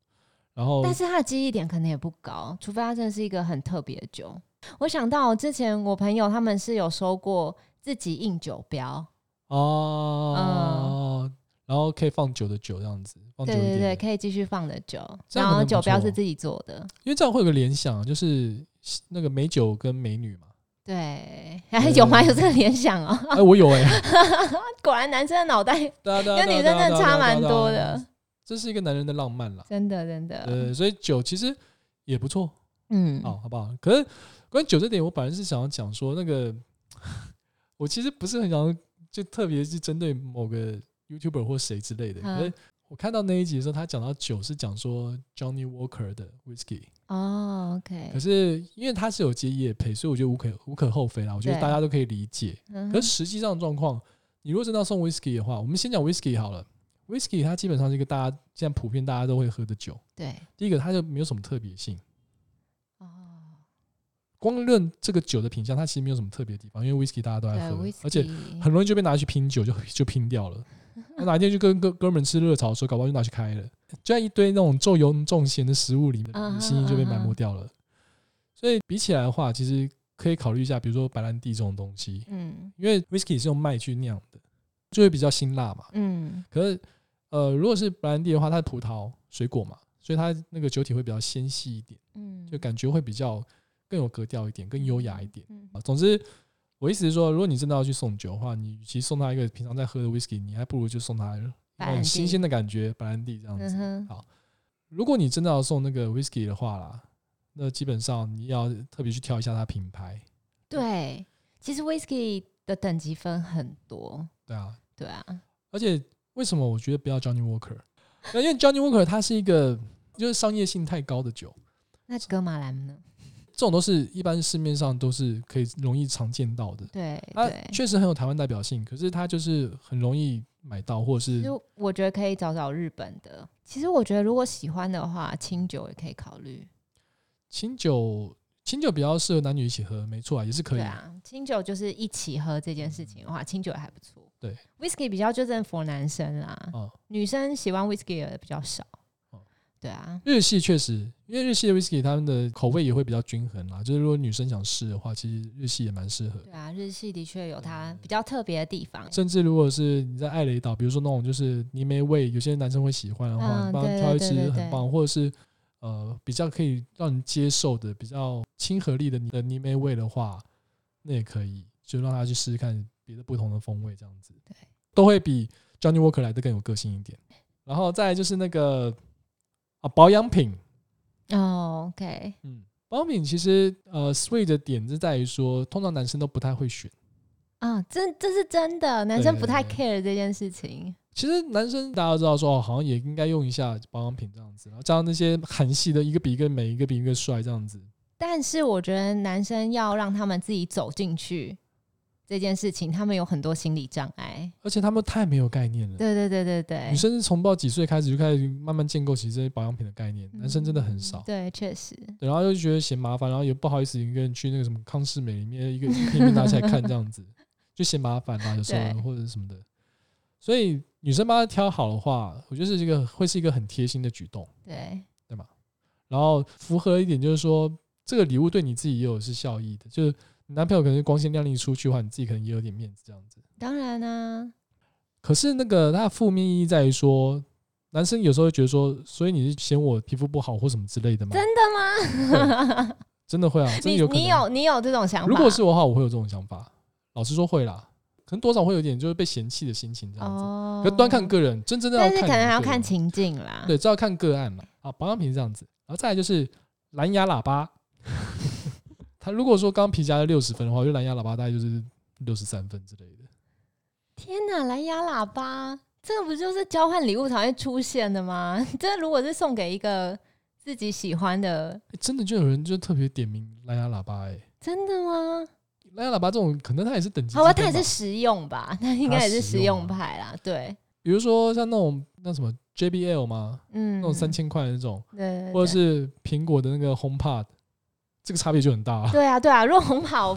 [SPEAKER 1] 然后
[SPEAKER 2] 但是他的记忆点可能也不高，除非他真的是一个很特别的酒。我想到我之前我朋友他们是有收过自己印酒标，
[SPEAKER 1] 哦，啊然后可以放久的酒这样子，放久
[SPEAKER 2] 嗯对
[SPEAKER 1] 一点
[SPEAKER 2] 对
[SPEAKER 1] 的，
[SPEAKER 2] 对，可以继续放的酒，
[SPEAKER 1] 这样
[SPEAKER 2] 然
[SPEAKER 1] 可能
[SPEAKER 2] 后
[SPEAKER 1] 不
[SPEAKER 2] 酒标
[SPEAKER 1] 错
[SPEAKER 2] 是自己做的，
[SPEAKER 1] 因为这样会有个联想，啊就是那个美酒跟美女嘛。
[SPEAKER 2] 对，
[SPEAKER 1] 对
[SPEAKER 2] 有吗？有这个联想哦，
[SPEAKER 1] 哎，我有 哎、
[SPEAKER 2] 果然男生的脑袋跟
[SPEAKER 1] 对啊对啊，
[SPEAKER 2] 女生
[SPEAKER 1] 对啊
[SPEAKER 2] 真的差蛮，
[SPEAKER 1] 对啊
[SPEAKER 2] 多
[SPEAKER 1] 对啊对啊
[SPEAKER 2] 的，
[SPEAKER 1] 这是一个男人的浪漫啦。
[SPEAKER 2] 真的真的，
[SPEAKER 1] 呃，所以酒其实也不错，
[SPEAKER 2] 嗯，
[SPEAKER 1] 哦，好不好？可是关于酒这点，我本来是想要讲说，那个我其实不是很想要，就特别是针对某个 YouTuber 或谁之类的。
[SPEAKER 2] 嗯
[SPEAKER 1] 可是我看到那一集的时候，他讲到酒是讲说 Johnny Walker 的 Whisky，
[SPEAKER 2] 哦
[SPEAKER 1] 可
[SPEAKER 2] ，OK，
[SPEAKER 1] 是因为他是有接业配，所以我觉得无可无可厚非啦，我觉得
[SPEAKER 2] 对
[SPEAKER 1] 大家都可以理解。
[SPEAKER 2] 嗯
[SPEAKER 1] 可是实际上的状况，你如果真的要送 Whisky 的话，我们先讲 Whisky 好了。Whisky 它基本上是一个大家现在普遍大家都会喝的酒，
[SPEAKER 2] 对，
[SPEAKER 1] 第一个它就没有什么特别性。
[SPEAKER 2] 哦，
[SPEAKER 1] 光论这个酒的品相，它其实没有什么特别的地方，因为 whisky 大家都爱喝
[SPEAKER 2] 对，，
[SPEAKER 1] 啊
[SPEAKER 2] 啊
[SPEAKER 1] 而且
[SPEAKER 2] whisky
[SPEAKER 1] 很容易就被拿去拼酒，就 就拼掉了。那哪一天就跟哥哥们吃热炒的时候，搞不好就拿去开了，就在一堆那种重油重咸的食物里面，
[SPEAKER 2] 嗯哼
[SPEAKER 1] 心意就被
[SPEAKER 2] 嗯哼
[SPEAKER 1] 埋没掉了。
[SPEAKER 2] 啊
[SPEAKER 1] 所以比起来的话，其实可以考虑一下，比如说白兰地这种东西，
[SPEAKER 2] 嗯
[SPEAKER 1] 因为 whisky 是用麦去酿的，就会比较辛辣嘛。
[SPEAKER 2] 嗯
[SPEAKER 1] 可是呃，如果是白兰地的话，它是葡萄水果嘛，所以它那个酒体会比较纤细一点，
[SPEAKER 2] 嗯，
[SPEAKER 1] 就感觉会比较更有格调一点，更优雅一点。
[SPEAKER 2] 嗯，
[SPEAKER 1] 啊，总之，我意思是说，如果你真的要去送酒的话，你与其送他一个平常在喝的 whisky，你还不如就送他
[SPEAKER 2] 白
[SPEAKER 1] 那
[SPEAKER 2] 兰
[SPEAKER 1] 种新
[SPEAKER 2] 地
[SPEAKER 1] 鲜的感觉，白兰地这样
[SPEAKER 2] 嗯
[SPEAKER 1] 子。
[SPEAKER 2] 哼
[SPEAKER 1] 好，如果你真的要送那个 whisky 的话啦，那基本上你要特别去挑一下它品牌，
[SPEAKER 2] 对，其实 whisky 的等级分很多，
[SPEAKER 1] 对啊。
[SPEAKER 2] 对啊，
[SPEAKER 1] 而且为什么我觉得不要 Johnny Walker？那因为 Johnny Walker 它是一个就是商业性太高的酒，
[SPEAKER 2] 那格马兰呢？
[SPEAKER 1] 这种都是一般市面上都是可以容易常见到的。
[SPEAKER 2] 对
[SPEAKER 1] 它
[SPEAKER 2] 对，
[SPEAKER 1] 确实很有台湾代表性，可是它就是很容易买到，或者
[SPEAKER 2] 其
[SPEAKER 1] 是
[SPEAKER 2] 实我觉得可以找找日本的。其实我觉得如果喜欢的话，清酒也可以考虑。
[SPEAKER 1] 清酒，清酒比较适合男女一起喝，没错啊，也是可以
[SPEAKER 2] 对
[SPEAKER 1] 的。
[SPEAKER 2] 啊，清酒就是一起喝这件事情的话，清酒也还不错。
[SPEAKER 1] 对
[SPEAKER 2] ，whisky 比较就真的 for 男生啦，
[SPEAKER 1] 嗯
[SPEAKER 2] 女生喜欢 whisky 的比较少
[SPEAKER 1] 哦。
[SPEAKER 2] 对啊，
[SPEAKER 1] 日系确实，因为日系的 whisky 他们的口味也会比较均衡啦，就是如果女生想试的话，其实日系也蛮适合。
[SPEAKER 2] 对啊，日系的确有
[SPEAKER 1] 嗯
[SPEAKER 2] 它比较特别的地方。
[SPEAKER 1] 甚至如果是你在艾雷岛，比如说那种就是泥煤味，有些男生会喜欢的话，
[SPEAKER 2] 嗯
[SPEAKER 1] 你帮他
[SPEAKER 2] 对
[SPEAKER 1] 挑一
[SPEAKER 2] 对
[SPEAKER 1] 支
[SPEAKER 2] 对
[SPEAKER 1] 很
[SPEAKER 2] 对
[SPEAKER 1] 棒，或者是呃比较可以让人接受的、比较亲和力的泥的泥煤味的话，那也可以，就让他去试试看别的不同的风味，这样子，
[SPEAKER 2] 对，
[SPEAKER 1] 都会比 Johnny Walker 来的更有个性一点。然后再来就是那个啊保养品，
[SPEAKER 2] 哦，OK，
[SPEAKER 1] 嗯，保养品其实呃 sweet 的点是在于说，通常男生都不太会选。
[SPEAKER 2] 啊，这这是真的，男生不太
[SPEAKER 1] 对
[SPEAKER 2] care 这件事情。
[SPEAKER 1] 其实男生大家都知道说哦，好像也应该用一下保养品这样子，然后加上那些韩系的一个比一个美，一个比一个帅这样子。
[SPEAKER 2] 但是我觉得男生要让他们自己走进去这件事情，他们有很多心理障碍。
[SPEAKER 1] 而且他们太没有概念了。
[SPEAKER 2] 对对对对对，
[SPEAKER 1] 女生是从不知道几岁开始就开始慢慢建构起这些保养品的概念，男生真的很少
[SPEAKER 2] 嗯。对，确实，
[SPEAKER 1] 对，然后又觉得嫌麻烦，然后也不好意思一个人去那个什么康士美里面一个一片片拿起来看这样子，就嫌麻烦啊啦，有时
[SPEAKER 2] 对
[SPEAKER 1] 候或者什么的。所以女生帮他挑好的话，我觉得是一个会是一个很贴心的举动。
[SPEAKER 2] 对，
[SPEAKER 1] 然后符合一点就是说，这个礼物对你自己也有是效益的，就是你男朋友可能是光鲜亮丽出去的话，你自己可能也有点面子这样子。
[SPEAKER 2] 当然啊，
[SPEAKER 1] 可是那个它的负面意义在于说，男生有时候会觉得说，所以你是嫌我皮肤不好或什么之类的吗？
[SPEAKER 2] 真的吗？
[SPEAKER 1] 真的会啊，真的
[SPEAKER 2] 你
[SPEAKER 1] 有可能。
[SPEAKER 2] 你有你有这种想法？
[SPEAKER 1] 如果是我的话，我会有这种想法。老实说会啦，可能多少会有点就是被嫌弃的心情这样子。
[SPEAKER 2] 哦
[SPEAKER 1] 可端看个人，真真的要
[SPEAKER 2] 但
[SPEAKER 1] 看
[SPEAKER 2] 是
[SPEAKER 1] 你
[SPEAKER 2] 可
[SPEAKER 1] 个人，啊
[SPEAKER 2] 能还要看情境 啦。
[SPEAKER 1] 对，这要看个案嘛。啊，保养品是这样子，然后再来就是蓝牙喇叭。 他如果说刚皮夹的六十分的话，我觉得蓝牙喇叭大概就是六十三分之类的。
[SPEAKER 2] 天哪，蓝牙喇叭，这不就是交换礼物才会出现的吗？ 这如果是送给一个自己喜欢的，
[SPEAKER 1] 诶真的就有人就特别点名蓝牙喇叭、欸，哎，
[SPEAKER 2] 真的吗？
[SPEAKER 1] 蓝牙喇叭这种可能它也是等级之
[SPEAKER 2] 好啊
[SPEAKER 1] 分吧。
[SPEAKER 2] 吧，它也是实用吧， 那应该也是
[SPEAKER 1] 它实
[SPEAKER 2] 实
[SPEAKER 1] 用啊
[SPEAKER 2] 用派啦。对，
[SPEAKER 1] 比如说像那种那什么 JBL 嘛，
[SPEAKER 2] 嗯，
[SPEAKER 1] 那种三千块的那种，
[SPEAKER 2] 对，对，对
[SPEAKER 1] 或者是苹果的那个 HomePod，这个差别就很大、啊。
[SPEAKER 2] 对啊，对啊，如果红 跑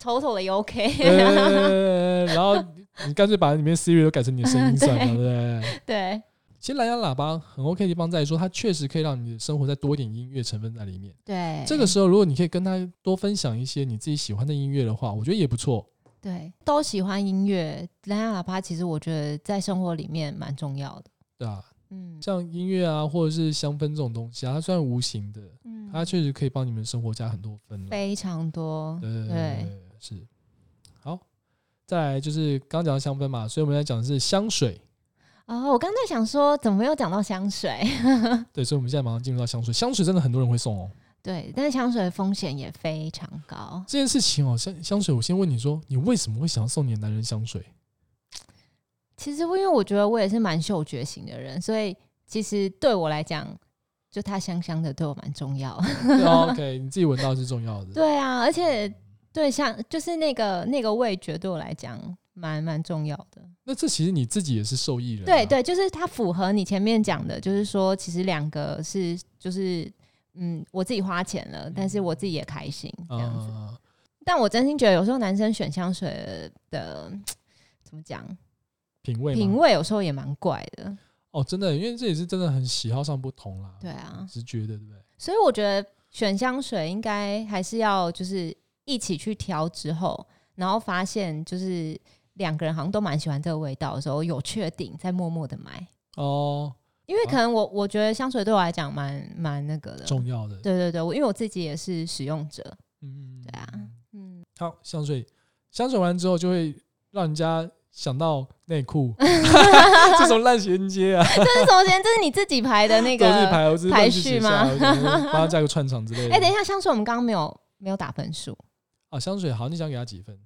[SPEAKER 2] 妥妥的 也 OK，
[SPEAKER 1] 呃然后你你干脆把里面 Siri 都改成你的声音 算了，对不对？
[SPEAKER 2] 对，
[SPEAKER 1] 其实蓝牙喇叭很 OK 的地方在于说，它确实可以让你的生活再多一点音乐成分在里面。
[SPEAKER 2] 对，
[SPEAKER 1] 这个时候，如果你可以跟他多分享一些你自己喜欢的音乐的话，我觉得也不错。
[SPEAKER 2] 对都喜欢音乐，蓝牙喇叭其实我觉得在生活里面蛮重要的。
[SPEAKER 1] 对啊，
[SPEAKER 2] 嗯
[SPEAKER 1] 像音乐啊，或者是香氛这种东西啊，它虽然无形的，
[SPEAKER 2] 嗯
[SPEAKER 1] 它确实可以帮你们生活加很多分了。
[SPEAKER 2] 非常多，
[SPEAKER 1] 对对
[SPEAKER 2] 对，
[SPEAKER 1] 对，是。好，再来就是刚讲到香氛嘛，所以我们来讲的是香水。
[SPEAKER 2] 哦，我刚才想说，怎么没有讲到香水？
[SPEAKER 1] 对，所以我们现在马上进入到香水。香水真的很多人会送哦。
[SPEAKER 2] 对，但是香水的风险也非常高。
[SPEAKER 1] 这件事情哦，香香水，我先问你说，你为什么会想要送你的男人香水？
[SPEAKER 2] 其实因为我觉得我也是蛮嗅觉型的人，所以其实对我来讲，就它香香的对我蛮重要。
[SPEAKER 1] 对啊 OK，你自己闻到是重要的。
[SPEAKER 2] 对啊，而且对像就是那个那个味觉对我来讲蛮蛮重要的。
[SPEAKER 1] 那这其实你自己也是受益人、啊
[SPEAKER 2] 对，啊对，就是它符合你前面讲的，就是说其实两个是就是嗯，我自己花钱了，但是我自己也开心这样子。
[SPEAKER 1] 啊、
[SPEAKER 2] 但我真心觉得有时候男生选香水的怎么讲，
[SPEAKER 1] 品味嘛
[SPEAKER 2] 品味有时候也蛮怪的。
[SPEAKER 1] 哦，真的，因为这也是真的很喜好上不同啦，
[SPEAKER 2] 对，啊，
[SPEAKER 1] 直觉的，对不对？
[SPEAKER 2] 所以我觉得选香水应该还是要就是一起去调之后，然后发现就是两个人好像都蛮喜欢这个味道的时候，有确定再默默的买，
[SPEAKER 1] 哦，
[SPEAKER 2] 因为
[SPEAKER 1] 啊
[SPEAKER 2] 可能我我觉得香水对我来讲蛮蛮那个的。
[SPEAKER 1] 重要的，
[SPEAKER 2] 对对对，我因为我自己也是使用者，
[SPEAKER 1] 嗯，
[SPEAKER 2] 对啊 嗯，
[SPEAKER 1] 好，香水，香水完之后就会让人家想到内 裤， 这种烂衔接啊，
[SPEAKER 2] 哎这是什么钱？这是你自己排的 那
[SPEAKER 1] 都是
[SPEAKER 2] 个？
[SPEAKER 1] 排，我只是
[SPEAKER 2] 排
[SPEAKER 1] 乱去
[SPEAKER 2] 序
[SPEAKER 1] 写
[SPEAKER 2] 吗
[SPEAKER 1] 下来我只是帮他加个串场之类的。
[SPEAKER 2] 哎，等一下，香水我们刚刚没有没有打分数，
[SPEAKER 1] 啊，香水好，你想给他几分？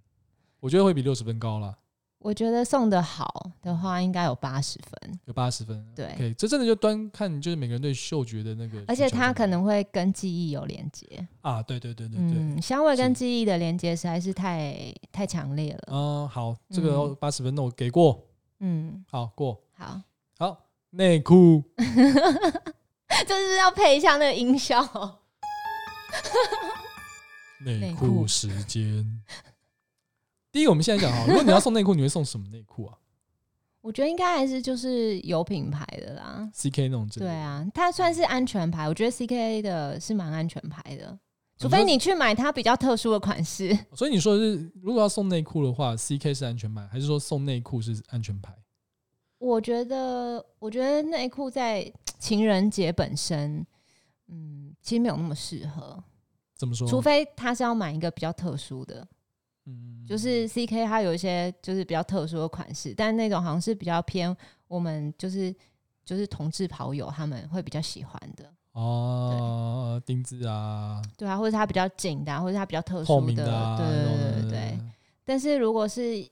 [SPEAKER 1] 我觉得会比六十分高啦，
[SPEAKER 2] 我觉得送的好的话应该有八十分，
[SPEAKER 1] 有八十分。
[SPEAKER 2] 对
[SPEAKER 1] ，OK，这真的就端看就是每个人对嗅觉的那个需求在哪里，
[SPEAKER 2] 而且它可能会跟记忆有连接。
[SPEAKER 1] 啊，对对对对对，
[SPEAKER 2] 嗯，香味
[SPEAKER 1] 是
[SPEAKER 2] 跟记忆的连接实在是太太强烈了。
[SPEAKER 1] 嗯，好，这个
[SPEAKER 2] 嗯
[SPEAKER 1] 八十分那我给过，
[SPEAKER 2] 嗯，
[SPEAKER 1] 好过
[SPEAKER 2] 好，
[SPEAKER 1] 好内裤，
[SPEAKER 2] 就是要配一下那个音效。
[SPEAKER 1] 内
[SPEAKER 2] 内
[SPEAKER 1] 裤
[SPEAKER 2] 裤
[SPEAKER 1] 时间。 第一个，我们现在讲哈，如果你要送内裤，你会送什么内裤啊
[SPEAKER 2] 我觉得应该还是就是有品牌的啦。
[SPEAKER 1] ？CK 那种之类
[SPEAKER 2] 对
[SPEAKER 1] 的，
[SPEAKER 2] 啊，它算是安全牌，我觉得 CK 的是蛮安全牌的，除非
[SPEAKER 1] 说
[SPEAKER 2] 你去买它比较特殊的款式。
[SPEAKER 1] 所以你说的是，如果要送内裤的话，CK 是安全牌，还是说送内裤是安全牌？
[SPEAKER 2] 我觉得，我觉得内裤在情人节本身，嗯，其实没有那么适合，
[SPEAKER 1] 怎么说？
[SPEAKER 2] 除非他是要买一个比较特殊的，
[SPEAKER 1] 嗯
[SPEAKER 2] 就是 CK 它有一些就是比较特殊的款式，但那种好像是比较偏我们就是就是同志跑友他们会比较喜欢的，
[SPEAKER 1] 哦，钉子啊，
[SPEAKER 2] 对啊，或者它比较紧的啊、或者它比较特
[SPEAKER 1] 透
[SPEAKER 2] 殊
[SPEAKER 1] 明
[SPEAKER 2] 的，
[SPEAKER 1] 啊，
[SPEAKER 2] 对
[SPEAKER 1] 那
[SPEAKER 2] 对对
[SPEAKER 1] 种
[SPEAKER 2] 对对。但是如果是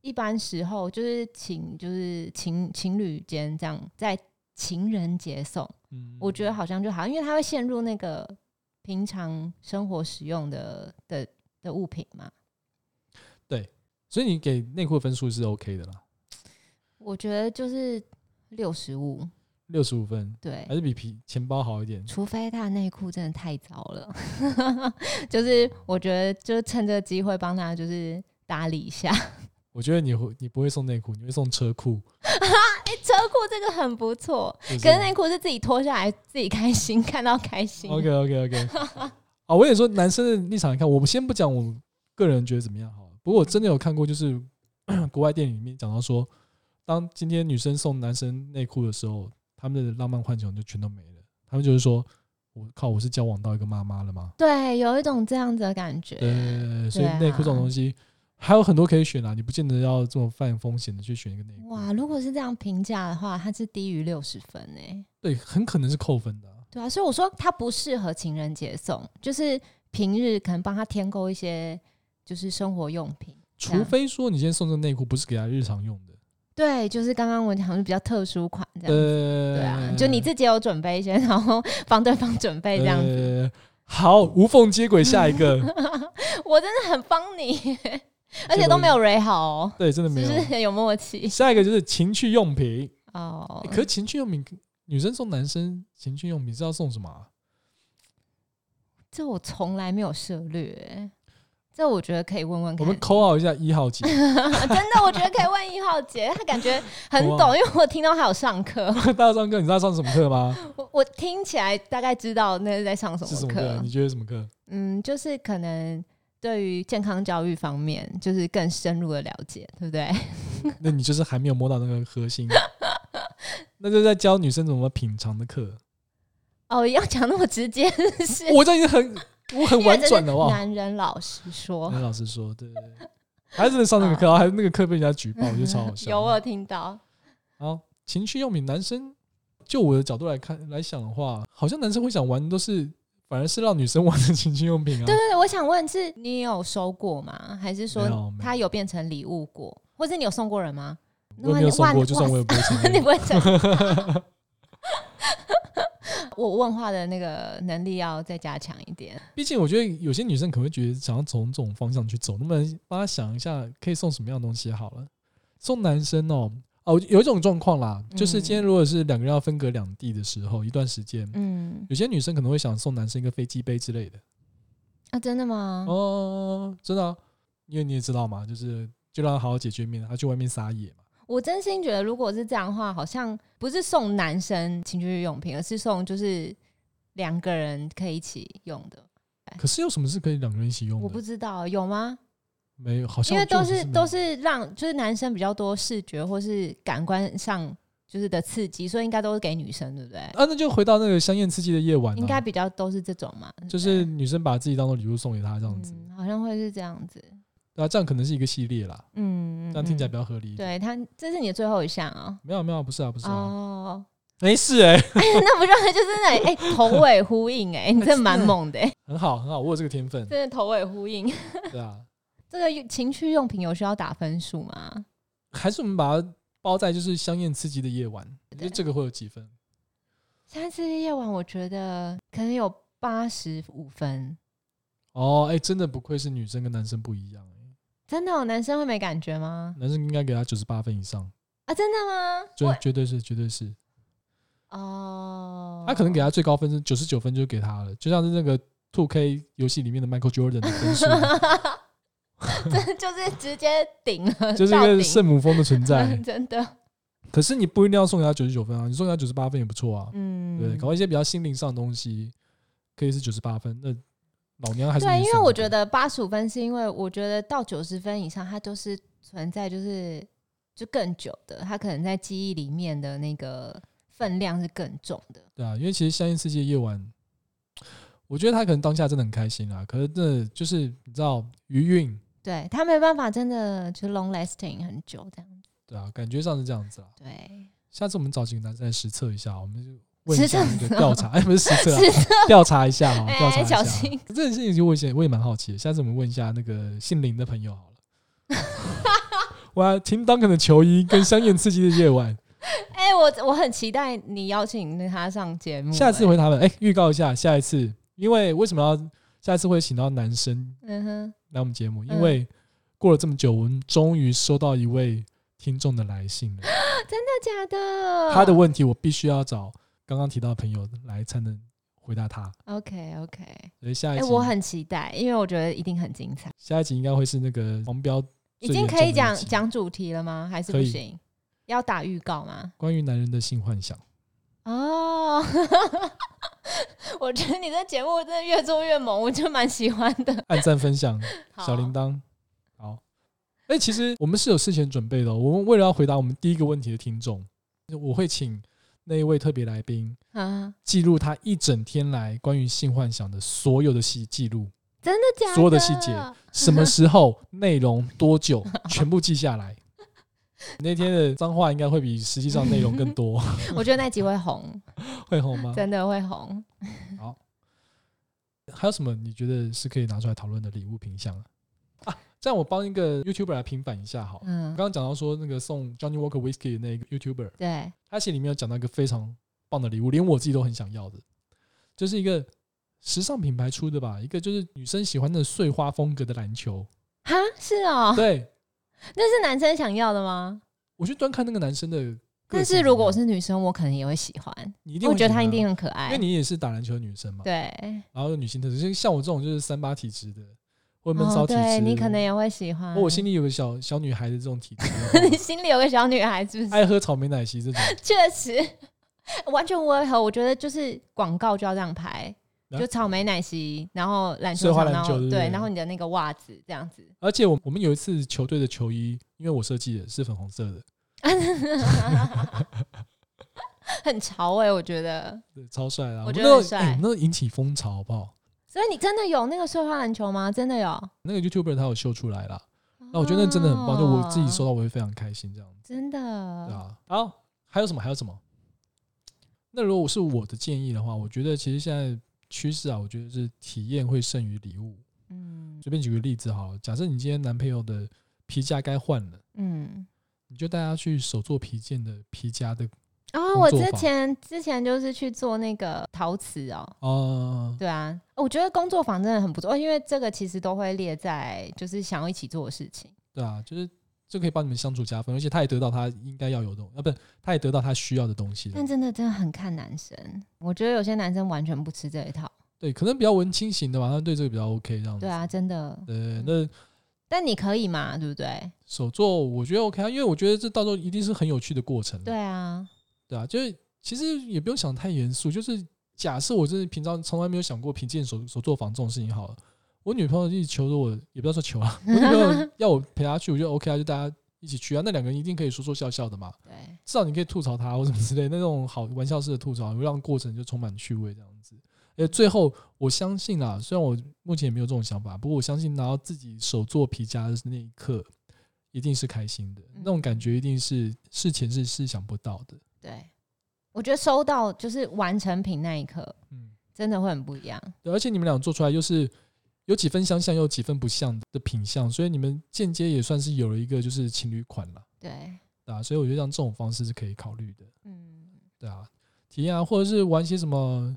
[SPEAKER 2] 一般时候，就是情就是情情侣间这样，在情人节送，
[SPEAKER 1] 嗯
[SPEAKER 2] 我觉得好像就好，因为它会陷入那个平常生活使用的的的物品嘛。
[SPEAKER 1] 所以你给内裤的分数是 OK 的啦，
[SPEAKER 2] 我觉得就是六十五，
[SPEAKER 1] 六十五分，
[SPEAKER 2] 对
[SPEAKER 1] 还，是比皮钱包好一点。
[SPEAKER 2] 除非他的内裤真的太糟了， 就是我觉得就趁这个机会帮他就是打理一下。
[SPEAKER 1] 我觉得你会你不会送内裤，你会送车裤，
[SPEAKER 2] 车库这个很不错，
[SPEAKER 1] 可
[SPEAKER 2] 可是内裤是自己脱下来自己开心，看到开心。
[SPEAKER 1] 哦 OK OK OK 啊，我也说男生的立场来看，我们先不讲我个人觉得怎么样好了。不过我真的有看过，就是 国外电影里面讲到说，当今天女生送男生内裤的时候，他们的浪漫幻想就全都没了。他们就是说，我靠，我是交往到一个妈妈了吗？
[SPEAKER 2] 对，有一种这样子的感觉。
[SPEAKER 1] 对对对对，所以
[SPEAKER 2] 对啊
[SPEAKER 1] 内裤这种东西还有很多可以选啊，你不见得要这么犯风险的去选一个内裤。
[SPEAKER 2] 哇，如果是这样评价的话，它是低于六十分诶、
[SPEAKER 1] 对，很可能是扣分的啊、
[SPEAKER 2] 对啊，所以我说它不适合情人节送，就是平日可能帮他添购一些就是生活用品。
[SPEAKER 1] 除非说你今天送这个内裤不是给他日常用的，
[SPEAKER 2] 对，就是刚刚我讲的比较特殊款这样子。
[SPEAKER 1] 呃，
[SPEAKER 2] 对啊，就你自己有准备一些， 然后帮对方准备这样子，
[SPEAKER 1] 呃好，无缝接轨下一个，
[SPEAKER 2] 我真的很帮你， 而且都没有蕊好哦，
[SPEAKER 1] 对，真的
[SPEAKER 2] 是
[SPEAKER 1] 没
[SPEAKER 2] 不
[SPEAKER 1] 有。
[SPEAKER 2] 是很有默契？
[SPEAKER 1] 下一个就是情趣用品，
[SPEAKER 2] 哦
[SPEAKER 1] 欸，可是情趣用品女生送男生情趣用品是要送什么啊、
[SPEAKER 2] 这我从来没有涉略欸，这我觉得可以问问
[SPEAKER 1] 我
[SPEAKER 2] 看。
[SPEAKER 1] 们扣号一下一号姐，
[SPEAKER 2] 真的，我觉得可以问一号姐，她感觉很
[SPEAKER 1] 哇
[SPEAKER 2] 懂，因为我听到她有上课，
[SPEAKER 1] 大家上课，你知道上什么课吗？
[SPEAKER 2] 我我听起来大概知道那是在上 什
[SPEAKER 1] 是什
[SPEAKER 2] 么
[SPEAKER 1] 么课？啊
[SPEAKER 2] 课啊
[SPEAKER 1] 你。觉得什么课？
[SPEAKER 2] 嗯，就是可能对于健康教育方面，就是更深入的了解，对不对？
[SPEAKER 1] 那你就是还没有摸到那个核心， 那就是在教女生怎么品尝的课。
[SPEAKER 2] 哦，要讲那么直接，是
[SPEAKER 1] 我这已经很我很
[SPEAKER 2] 因为
[SPEAKER 1] 婉
[SPEAKER 2] 这是
[SPEAKER 1] 转了，好不好？
[SPEAKER 2] 男人老实说，
[SPEAKER 1] 跟老师说，对对对，还真的上那个课，还那个课被人家举嗯哦报，我觉得超好笑。
[SPEAKER 2] 有我啊有听到，
[SPEAKER 1] 好，情趣用品，男生就我的角度来看来想的话，好像男生会想玩的都是，反而是让女生玩的情趣用品啊
[SPEAKER 2] 对。对对，我想问是你有收过吗？还
[SPEAKER 1] 没
[SPEAKER 2] 是
[SPEAKER 1] 有
[SPEAKER 2] 说
[SPEAKER 1] 没
[SPEAKER 2] 他有变成礼物过，或是你有送过人吗？
[SPEAKER 1] 如果没有送过，就算我
[SPEAKER 2] 哇
[SPEAKER 1] 也不会承
[SPEAKER 2] 你
[SPEAKER 1] 认
[SPEAKER 2] 不。会 整。我问话的那个能力要再加强一点。
[SPEAKER 1] 毕竟我觉得有些女生可能会觉得想要从这种方向去走，那么帮她想一下可以送什么样的东西好了。送男生哦，哦，有一种状况啦，
[SPEAKER 2] 嗯
[SPEAKER 1] 就是今天如果是两个人要分隔两地的时候，一段时间，
[SPEAKER 2] 嗯，
[SPEAKER 1] 有些女生可能会想送男生一个飞机杯之类的。
[SPEAKER 2] 啊，真的吗？
[SPEAKER 1] 哦，真的啊、因为你也知道嘛，就是就让他好好解决，免得他去外面撒野嘛。
[SPEAKER 2] 我真心觉得，如果是这样的话，好像不是送男生情趣用品，而是送就是两个人可以一起用的。
[SPEAKER 1] 可是有什么是可以两个人一起用的？
[SPEAKER 2] 嗯我不知道有吗？
[SPEAKER 1] 没有，好像
[SPEAKER 2] 因为
[SPEAKER 1] 就
[SPEAKER 2] 都
[SPEAKER 1] 是
[SPEAKER 2] 是
[SPEAKER 1] 没有
[SPEAKER 2] 都是让就是男生比较多视觉或是感官上就是的刺激，所以应该都是给女生，对不对？
[SPEAKER 1] 啊，那就回到那个香艳刺激的夜晚、啊，
[SPEAKER 2] 应该比较都是这种嘛，对不对
[SPEAKER 1] 就是女生把自己当做礼物送给他这样子，
[SPEAKER 2] 嗯，好像会是这样子。
[SPEAKER 1] 对啊，这样可能是一个系列啦，
[SPEAKER 2] 嗯，
[SPEAKER 1] 这样听起来
[SPEAKER 2] 嗯
[SPEAKER 1] 比较合理一点。
[SPEAKER 2] 对他，这是你的最后一项啊、
[SPEAKER 1] 没有没有，不是啊，不是啊，
[SPEAKER 2] 哦，
[SPEAKER 1] 没事哎，
[SPEAKER 2] 那不就是就是那哎、头尾呼应哎、你真的蛮猛的、哎，
[SPEAKER 1] 很好很好，我有这个天分，
[SPEAKER 2] 真的头尾呼应。
[SPEAKER 1] 对啊，
[SPEAKER 2] 这个情趣用品有需要打分数吗？
[SPEAKER 1] 还是我们把它包在就是香艳刺激的夜晚，你觉得
[SPEAKER 2] 对
[SPEAKER 1] 这个会有几分？
[SPEAKER 2] 下次夜晚我觉得可能有八十五分，
[SPEAKER 1] 哦，哎，真的不愧是女生跟男生不一样哎，
[SPEAKER 2] 哦真的有男生会没感觉吗？
[SPEAKER 1] 男生应该给他九十八分以上。
[SPEAKER 2] 啊，真的吗？
[SPEAKER 1] 绝
[SPEAKER 2] 我
[SPEAKER 1] 绝对是，绝对是。
[SPEAKER 2] 哦，
[SPEAKER 1] 他可能给他最高分是九十九分就给他了，就像是那个 Two K 游戏里面的 Michael Jordan 的分 数，
[SPEAKER 2] 这 就是直接顶了，
[SPEAKER 1] 就是一
[SPEAKER 2] 到
[SPEAKER 1] 个
[SPEAKER 2] 顶
[SPEAKER 1] 圣母峰的存在。
[SPEAKER 2] 真的，
[SPEAKER 1] 可是你不一定要送给他九十九分啊，你送给他九十八分也不错啊。
[SPEAKER 2] 嗯，
[SPEAKER 1] 对，搞一些比较心灵上的东西，可以是九十八分。那老娘还是
[SPEAKER 2] 对，啊
[SPEAKER 1] 你
[SPEAKER 2] 因为
[SPEAKER 1] 送
[SPEAKER 2] 我
[SPEAKER 1] 的
[SPEAKER 2] 觉得八十五分是因为我觉得到九十分以上，它都是存在就是就更久的，它可能在记忆里面的那个分量是更重的。
[SPEAKER 1] 对啊，因为其实《相信世界夜晚》，我觉得他可能当下真的很开心啊啦，可是这就是你知道余韵，
[SPEAKER 2] 对，它没办法真的就 long lasting 很久这样。
[SPEAKER 1] 对啊，感觉上是这样子啦。
[SPEAKER 2] 对，
[SPEAKER 1] 下次我们找几个男生来实测一下，我们就问一下
[SPEAKER 2] 实测
[SPEAKER 1] 那个调查，哎，不是实测啊，
[SPEAKER 2] 是的，
[SPEAKER 1] 调查一下啊，
[SPEAKER 2] 哎
[SPEAKER 1] 调查一下
[SPEAKER 2] 小心。
[SPEAKER 1] 这件事情其实我以前我也蛮好奇的，下次我们问一下那个姓林的朋友好了。 哇，Tim Duncan 的球衣跟香艳刺激的夜晚，
[SPEAKER 2] 哎、我我很期待你邀请他上节目、
[SPEAKER 1] 下次
[SPEAKER 2] 哎，
[SPEAKER 1] 回他们，哎，预告一下，下一次，因为为什么要下次会请到男生
[SPEAKER 2] 嗯哼，
[SPEAKER 1] 来我们节目？因
[SPEAKER 2] 嗯
[SPEAKER 1] 为过了这么久，我们终于收到一位听众的来信了，
[SPEAKER 2] 嗯真的假的？
[SPEAKER 1] 他的问题我必须要找刚刚提到的朋友来才能回答他，
[SPEAKER 2] OK OK，哎、
[SPEAKER 1] 所以下一集
[SPEAKER 2] 我很期待，因为我觉得一定很精彩。
[SPEAKER 1] 下一集应该会是那个黄标
[SPEAKER 2] 已
[SPEAKER 1] 最严
[SPEAKER 2] 经可
[SPEAKER 1] 重
[SPEAKER 2] 以
[SPEAKER 1] 的
[SPEAKER 2] 讲
[SPEAKER 1] 一集
[SPEAKER 2] 讲主题了吗？还是
[SPEAKER 1] 可
[SPEAKER 2] 不
[SPEAKER 1] 以
[SPEAKER 2] 行？要打预告吗？
[SPEAKER 1] 关于男人的性幻想。
[SPEAKER 2] 哦， 我觉得你这节目真的越做越猛，我就蛮喜欢的。
[SPEAKER 1] 按赞、分享、
[SPEAKER 2] 好
[SPEAKER 1] 小铃铛。好，哎、其实我们是有事前准备的哦、我们为了要回答我们第一个问题的听众，我会请那一位特别来宾
[SPEAKER 2] 啊，
[SPEAKER 1] 记录他一整天来关于性幻想的所有的细记录，
[SPEAKER 2] 真的假的？
[SPEAKER 1] 所有的细节什么时候、内容、多久， 全部记下来。那天的脏话应该会比实际上内容更 多，
[SPEAKER 2] 我觉得那集会 红，
[SPEAKER 1] 会红吗？
[SPEAKER 2] 真的会红。
[SPEAKER 1] 还有什么你觉得是可以拿出来讨论的礼物品相啊？啊，这样我帮一个 YouTuber 来平反一下好了。我
[SPEAKER 2] 嗯，
[SPEAKER 1] 刚刚讲到说那个送 Johnny Walker Whiskey 的那个 YouTuber，
[SPEAKER 2] 对，
[SPEAKER 1] 他写里面有讲到一个非常棒的礼物，连我自己都很想要的，就是一个时尚品牌出的吧，一个就是女生喜欢的碎花风格的篮球。
[SPEAKER 2] 哈，是哦，
[SPEAKER 1] 对
[SPEAKER 2] 那是男生想要的吗？
[SPEAKER 1] 我去端看那个男生的个性怎么样，
[SPEAKER 2] 但是如果我是女生，我可能也会喜欢，
[SPEAKER 1] 你一定
[SPEAKER 2] 我
[SPEAKER 1] 会
[SPEAKER 2] 觉得
[SPEAKER 1] 喜
[SPEAKER 2] 他
[SPEAKER 1] 欢
[SPEAKER 2] 一
[SPEAKER 1] 啊
[SPEAKER 2] 定很可
[SPEAKER 1] 因
[SPEAKER 2] 爱
[SPEAKER 1] 为。你也是打篮球的女生嘛，
[SPEAKER 2] 对，
[SPEAKER 1] 然后有女性特质，就像我这种就是三八体质的，或者闷
[SPEAKER 2] 哦，
[SPEAKER 1] 骚体质，
[SPEAKER 2] 对你可能也嗯会喜欢。
[SPEAKER 1] 我我心里有个小小女孩的这种体质
[SPEAKER 2] 你
[SPEAKER 1] 的
[SPEAKER 2] 心里有个小女孩，是不是
[SPEAKER 1] 话，？爱喝草莓奶昔这种，
[SPEAKER 2] 确实， 完全违和。我觉得就是广告就要这样拍，
[SPEAKER 1] 啊
[SPEAKER 2] 就草莓奶昔，然后篮
[SPEAKER 1] 碎
[SPEAKER 2] 球
[SPEAKER 1] 花
[SPEAKER 2] 场，
[SPEAKER 1] 篮
[SPEAKER 2] 然
[SPEAKER 1] 球
[SPEAKER 2] 后
[SPEAKER 1] 对不对
[SPEAKER 2] 然后你的那个袜子这样子。
[SPEAKER 1] 而且我我们有一次球队的球衣，因为我设计的是粉红色的，
[SPEAKER 2] 很潮哎、我觉得。
[SPEAKER 1] 对，超帅啊！我
[SPEAKER 2] 我
[SPEAKER 1] 们
[SPEAKER 2] 觉得
[SPEAKER 1] 那
[SPEAKER 2] 很
[SPEAKER 1] 时候
[SPEAKER 2] 帅
[SPEAKER 1] 哎我们那时候引起风潮，好不好？
[SPEAKER 2] 所以你真的有那个碎花篮球吗？真的有？
[SPEAKER 1] 那个 YouTuber 他有秀出来啦，那我觉得那真的很棒，就我自己收
[SPEAKER 2] 哦，嗯
[SPEAKER 1] 到我会非常开心这样子，
[SPEAKER 2] 真的。
[SPEAKER 1] 对啊。好，还有什么？还有什么？那如果是我的建议的话，我觉得其实现在趋势啊，我觉得是体验会胜于礼物。
[SPEAKER 2] 嗯
[SPEAKER 1] 随便举个例子好了，假设你今天男朋友的皮夹该换了，
[SPEAKER 2] 嗯。
[SPEAKER 1] 你就带他去手做皮件的皮夹的，
[SPEAKER 2] 哦，
[SPEAKER 1] 工
[SPEAKER 2] 我
[SPEAKER 1] 作
[SPEAKER 2] 之
[SPEAKER 1] 坊
[SPEAKER 2] 前之前就是去做那个陶瓷哦，
[SPEAKER 1] 哦、
[SPEAKER 2] 对啊，我觉得工作坊真的很不错，因为这个其实都会列在就是想要一起做的事情。
[SPEAKER 1] 对啊，就是这可以帮你们相处加分，而且他也得到他应该要有的东，啊，不是，他也得到他需要的东西了
[SPEAKER 2] 但真的真的很看男生，我觉得有些男生完全不吃这一套。
[SPEAKER 1] 对，可能比较文青型的吧，他对这个比较 OK 这样子。
[SPEAKER 2] 对啊，真的。
[SPEAKER 1] 呃，那
[SPEAKER 2] 但你可以嘛，对不对？
[SPEAKER 1] 手作我觉得 OK 啊，因为我觉得这到时候一定是很有趣的过程。
[SPEAKER 2] 对啊，
[SPEAKER 1] 对啊，就是其实也不用想太严肃，就是假设我真的平常从来没有想过评鉴手手作坊这种事情好了，我女朋友一直求着我，也不要说求啊，我女朋友要我陪她去，我就 OK 啊，就大家一起去啊，那两个人一定可以说说笑笑的嘛。
[SPEAKER 2] 对，
[SPEAKER 1] 至少你可以吐槽他或什么之类，那种好玩笑式的吐槽，会让过程就充满趣味这样子。而最后，我相信啦，虽然我目前也没有这种想法，不过我相信拿到自己手做皮夹的那一刻，一定是开心的，
[SPEAKER 2] 嗯
[SPEAKER 1] 那种感觉一定是事前是是想不到的。
[SPEAKER 2] 对。我觉得收到就是完成品那一刻，
[SPEAKER 1] 嗯，
[SPEAKER 2] 真的会很不一样。
[SPEAKER 1] 对，而且你们俩做出来又是有几分相像，又有几分不像的品相，所以你们间接也算是有了一个就是情侣款了，
[SPEAKER 2] 对，
[SPEAKER 1] 对啊，所以我觉得像这种方式是可以考虑的。
[SPEAKER 2] 嗯，
[SPEAKER 1] 对啊，体验啊，或者是玩一些什么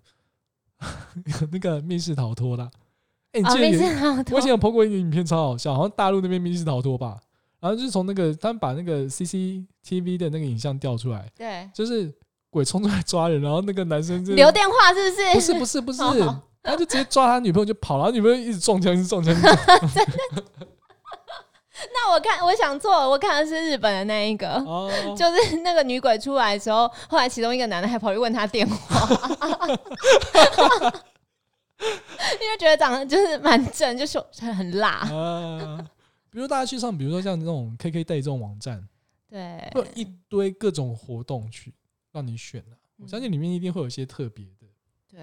[SPEAKER 1] 那个密室逃脱啦。哎、你
[SPEAKER 2] 啊，
[SPEAKER 1] 记得
[SPEAKER 2] 没
[SPEAKER 1] 有
[SPEAKER 2] 事好
[SPEAKER 1] 我以前
[SPEAKER 2] 多。
[SPEAKER 1] 有碰过一个影片，超好笑，好像大陆那边密室逃脱吧。然后就是从那个他们把那个 CCTV 的那个影像调出来，
[SPEAKER 2] 对，
[SPEAKER 1] 就是鬼冲出来抓人，然后那个男生就
[SPEAKER 2] 留电话是不是？
[SPEAKER 1] 不是不是不是，
[SPEAKER 2] 哦
[SPEAKER 1] 他就直接抓他女朋友就跑了，他女朋友一直撞墙，一直撞墙。一直撞墙
[SPEAKER 2] 那我看我想做，我看的是日本的那一个，
[SPEAKER 1] 哦，
[SPEAKER 2] 就是那个女鬼出来的时候，后来其中一个男的还跑去问他电话， 因为觉得长得就是蛮正，就说很辣，
[SPEAKER 1] 啊，比如大家去上，比如说像那种 KK Day 这种网站，
[SPEAKER 2] 对，
[SPEAKER 1] 会有一堆各种活动去让你选啊。我
[SPEAKER 2] 嗯
[SPEAKER 1] 相信里面一定会有一些特别的，
[SPEAKER 2] 对，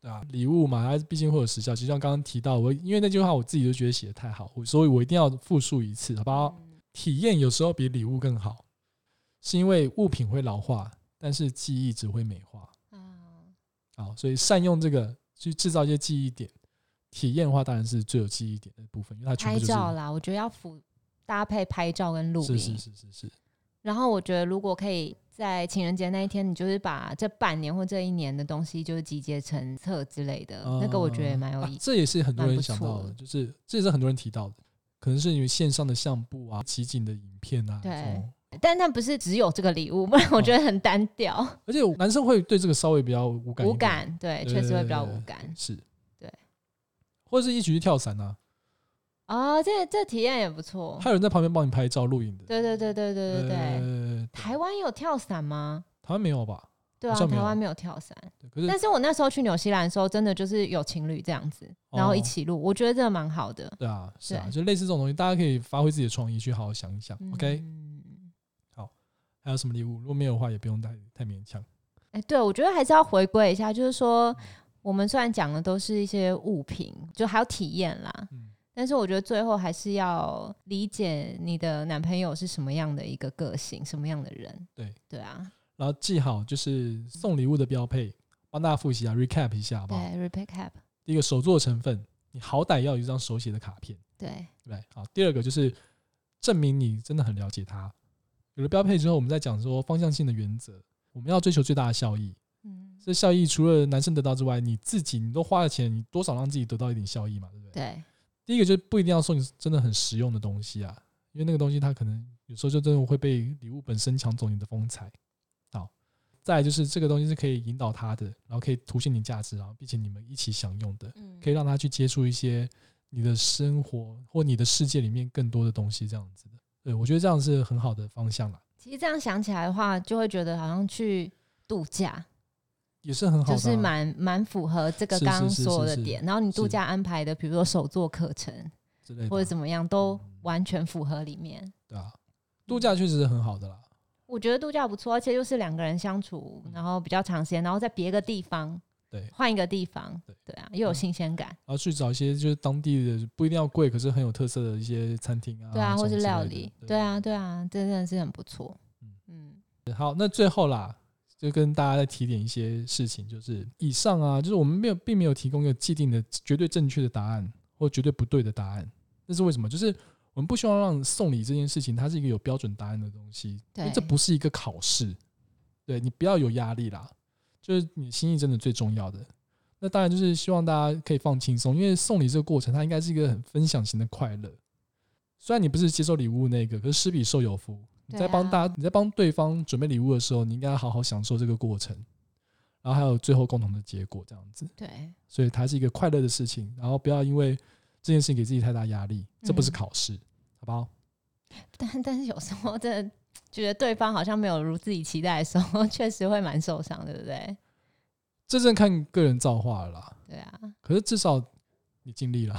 [SPEAKER 1] 对啊，礼物嘛，它毕竟会有时效。就像刚刚提到，我因为那句话我自己就觉得写的太好，我所以我一定要复述一次，好不好？
[SPEAKER 2] 嗯
[SPEAKER 1] 体验有时候比礼物更好，是因为物品会老化，但是记忆只会美化。
[SPEAKER 2] 嗯
[SPEAKER 1] 啊，所以善用这个去制造一些记忆点，体验的话当然是最有记忆点的部分，因为它全
[SPEAKER 2] 拍
[SPEAKER 1] 部就是
[SPEAKER 2] 照啦，我觉得要辅搭配拍照跟录
[SPEAKER 1] 是
[SPEAKER 2] 影，
[SPEAKER 1] 是是是是，
[SPEAKER 2] 然后我觉得，如果可以在情人节那一天，你就是把这半年或这一年的东西，就是集结成册之类的，那个我觉得也蛮有
[SPEAKER 1] 啊
[SPEAKER 2] 意义。
[SPEAKER 1] 这也是很多
[SPEAKER 2] 蛮
[SPEAKER 1] 人
[SPEAKER 2] 不
[SPEAKER 1] 想
[SPEAKER 2] 错
[SPEAKER 1] 到
[SPEAKER 2] 的
[SPEAKER 1] 的，就是这也是很多人提到的，可能是因为线上的相簿啊、集锦的影片啊，这
[SPEAKER 2] 对
[SPEAKER 1] 种
[SPEAKER 2] 但那不是只有这个礼物，不然
[SPEAKER 1] 哦
[SPEAKER 2] 我觉得很单调，
[SPEAKER 1] 而且男生会对这个稍微比较无感一点，
[SPEAKER 2] 无感，对，
[SPEAKER 1] 对
[SPEAKER 2] 确实会比较
[SPEAKER 1] 对对
[SPEAKER 2] 无
[SPEAKER 1] 对
[SPEAKER 2] 感。
[SPEAKER 1] 是，
[SPEAKER 2] 对，
[SPEAKER 1] 或者是一起去跳伞啊，
[SPEAKER 2] 哦，这这体验也不错。
[SPEAKER 1] 还有人在旁边帮你拍照录影的，
[SPEAKER 2] 对对对对对对对。
[SPEAKER 1] 呃
[SPEAKER 2] 台湾有跳伞吗？
[SPEAKER 1] 台湾没有吧？
[SPEAKER 2] 对啊，
[SPEAKER 1] 好像没有
[SPEAKER 2] 台湾没有跳伞。
[SPEAKER 1] 对可是
[SPEAKER 2] 但是我那时候去纽西兰的时候，真的就是有情侣这样子，然后一
[SPEAKER 1] 哦
[SPEAKER 2] 起录，我觉得这个蛮好的。
[SPEAKER 1] 对啊，是啊，
[SPEAKER 2] 对
[SPEAKER 1] 就类似这种东西，大家可以发挥自己的创意去好好想一想。OK，
[SPEAKER 2] 嗯
[SPEAKER 1] 还有什么礼物？如果没有的话，也不用太太勉强。
[SPEAKER 2] 哎、对，我觉得还是要回归一下，就是
[SPEAKER 1] 嗯
[SPEAKER 2] 说，我们虽然讲的都是一些物品，就还有体验啦，
[SPEAKER 1] 嗯
[SPEAKER 2] 但是我觉得最后还是要理解你的男朋友是什么样的一个个性，什么样的人。
[SPEAKER 1] 对，
[SPEAKER 2] 对啊，
[SPEAKER 1] 然后记好就是送礼物的标配，帮大家复习啊，recap 一下好不
[SPEAKER 2] 对
[SPEAKER 1] 好？
[SPEAKER 2] ，recap，
[SPEAKER 1] 第一个手作成分，你好歹要有一张手写的卡片，
[SPEAKER 2] 对，
[SPEAKER 1] 对不对？好，第二个就是证明你真的很了解他。有了标配之后，我们再讲说方向性的原则，我们要追求最大的效益。
[SPEAKER 2] 嗯，
[SPEAKER 1] 这效益除了男生得到之外，你自己你都花了钱，你多少让自己得到一点效益嘛，对不对？
[SPEAKER 2] 对，
[SPEAKER 1] 第一个就是不一定要送你真的很实用的东西啊，因为那个东西它可能有时候就真的会被礼物本身抢走你的风采。好，再来就是这个东西是可以引导他的，然后可以凸显你价值，然后并且你们一起享用的，
[SPEAKER 2] 嗯
[SPEAKER 1] 可以让他去接触一些你的生活或你的世界里面更多的东西，这样子的。对，我觉得这样是很好的方向啦，
[SPEAKER 2] 其实这样想起来的话，就会觉得好像去度假，
[SPEAKER 1] 也是很好的啊、
[SPEAKER 2] 就是蛮蛮符合这个
[SPEAKER 1] 是
[SPEAKER 2] 刚刚
[SPEAKER 1] 是是
[SPEAKER 2] 所有
[SPEAKER 1] 是
[SPEAKER 2] 的
[SPEAKER 1] 是
[SPEAKER 2] 点。然后你度
[SPEAKER 1] 是
[SPEAKER 2] 假安排的，比如说手作课程
[SPEAKER 1] 之类的啊，
[SPEAKER 2] 或者怎么样，都
[SPEAKER 1] 嗯
[SPEAKER 2] 完全符合里面。
[SPEAKER 1] 对啊，度假确实是很好的啦。
[SPEAKER 2] 我觉得度假不错，而且就是两个人相处，然后比较长时间，然后在别个地方，
[SPEAKER 1] 嗯对
[SPEAKER 2] 换一个地方
[SPEAKER 1] 对，
[SPEAKER 2] 对啊，又有新鲜感，
[SPEAKER 1] 然后去找一些就是当地的不一定要贵，可是很有特色的一些餐厅啊，
[SPEAKER 2] 对啊，
[SPEAKER 1] 这
[SPEAKER 2] 或
[SPEAKER 1] 种之
[SPEAKER 2] 是
[SPEAKER 1] 类
[SPEAKER 2] 料
[SPEAKER 1] 的
[SPEAKER 2] 理，对啊，对啊，这真的是很不错
[SPEAKER 1] 嗯。
[SPEAKER 2] 嗯，
[SPEAKER 1] 好，那最后啦，就跟大家再提点一些事情，就是以上啊，就是我们没有并没有提供一个既定的绝对正确的答案或绝对不对的答案，那是为什么？就是我们不希望让送礼这件事情它是一个有标准答案的东西，因为
[SPEAKER 2] 对
[SPEAKER 1] 这不是一个考试，对你不要有压力啦，就是你心意真的最重要的。那当然就是希望大家可以放轻松，因为送礼这个过程它应该是一个很分享型的快乐。虽然你不是接受礼物那个，可是施比受有福。你
[SPEAKER 2] 对
[SPEAKER 1] 在帮
[SPEAKER 2] 啊
[SPEAKER 1] 大家，你在帮对方准备礼物的时候，你应该好好享受这个过程，然后还有最后共同的结果这样子。
[SPEAKER 2] 对，
[SPEAKER 1] 所以它是一个快乐的事情，然后不要因为这件事情给自己太大压力，这不是
[SPEAKER 2] 嗯
[SPEAKER 1] 考试，好不好？
[SPEAKER 2] 但但是有时候真的觉得对方好像没有如自己期待的时候， 确实会蛮受伤，对不对？
[SPEAKER 1] 这真的看个人造化了啦。
[SPEAKER 2] 对啊，
[SPEAKER 1] 可是至少你尽力了，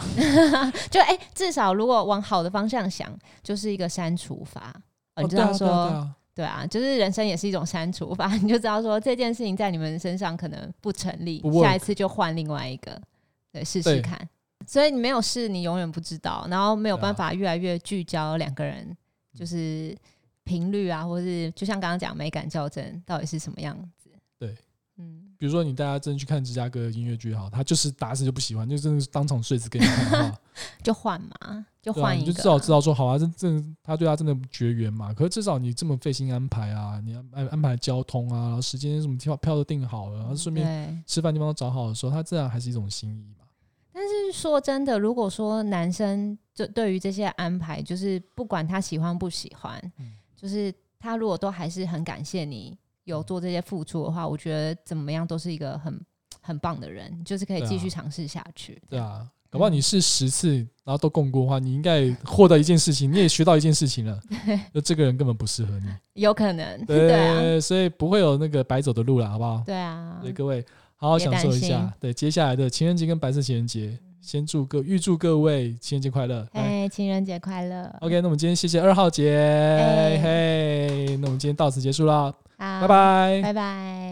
[SPEAKER 2] 就哎、至少如果往好的方向想，就是一个删除法。哦、
[SPEAKER 1] 哦
[SPEAKER 2] 你知
[SPEAKER 1] 对啊
[SPEAKER 2] 道说、
[SPEAKER 1] 对啊对啊
[SPEAKER 2] 对啊，就是人生也是一种删除法，你就知道说这件事情在你们身上可能不成立
[SPEAKER 1] 不，
[SPEAKER 2] 下
[SPEAKER 1] work
[SPEAKER 2] 一次就换另外一个，对，试
[SPEAKER 1] 对
[SPEAKER 2] 试看。所以你没有试，你永远不知道，然后没有
[SPEAKER 1] 对啊
[SPEAKER 2] 办法越来越聚焦两个人，就是频率啊，或是就像刚刚讲美感校正到底是什么样子。
[SPEAKER 1] 对，
[SPEAKER 2] 嗯，
[SPEAKER 1] 比如说你大家真的去看芝加哥音乐剧也好，他就是打死就不喜欢，就真的是当场睡死给你看 的话，
[SPEAKER 2] 就换嘛，就
[SPEAKER 1] 对啊，
[SPEAKER 2] 换
[SPEAKER 1] 你
[SPEAKER 2] 一
[SPEAKER 1] 就
[SPEAKER 2] 个、
[SPEAKER 1] 至少知道说好啊，这这他对他真的绝缘嘛。可是至少你这么费心安排啊，你安安安排交通啊，然后时间什么票票都订好了，然后顺便
[SPEAKER 2] 嗯对，
[SPEAKER 1] 吃饭地方都找好的时候，他自然还是一种心意嘛。
[SPEAKER 2] 但是是说真的，如果说男生就对于这些安排，就是不管他喜欢不喜欢，
[SPEAKER 1] 嗯
[SPEAKER 2] 就是他如果都还是很感谢你
[SPEAKER 1] 嗯
[SPEAKER 2] 有做这些付出的话，我觉得怎么样都是一个很很棒的人，就是可以
[SPEAKER 1] 对啊
[SPEAKER 2] 继续尝试下去。
[SPEAKER 1] 对啊，搞不好你试十次，然后都共过的话，你应该也获得一件事情，你也学到一件事情 了。就这个人根本不适合你，
[SPEAKER 2] 有可能，
[SPEAKER 1] 对，
[SPEAKER 2] 对啊，
[SPEAKER 1] 所以不会有那个白走的路了，好不好？
[SPEAKER 2] 对啊
[SPEAKER 1] 所以，各位好好
[SPEAKER 2] 别
[SPEAKER 1] 享
[SPEAKER 2] 担
[SPEAKER 1] 受一
[SPEAKER 2] 心嗯
[SPEAKER 1] 下。对，接下来的情人节跟白色情人节，先祝各预祝各位情人节快乐。来
[SPEAKER 2] 哎，情人节快乐
[SPEAKER 1] OK，那我们今天谢谢二号姐，
[SPEAKER 2] 哎
[SPEAKER 1] 嘿，那我们今天到此结束啦，拜
[SPEAKER 2] 好，
[SPEAKER 1] 拜。
[SPEAKER 2] 拜拜。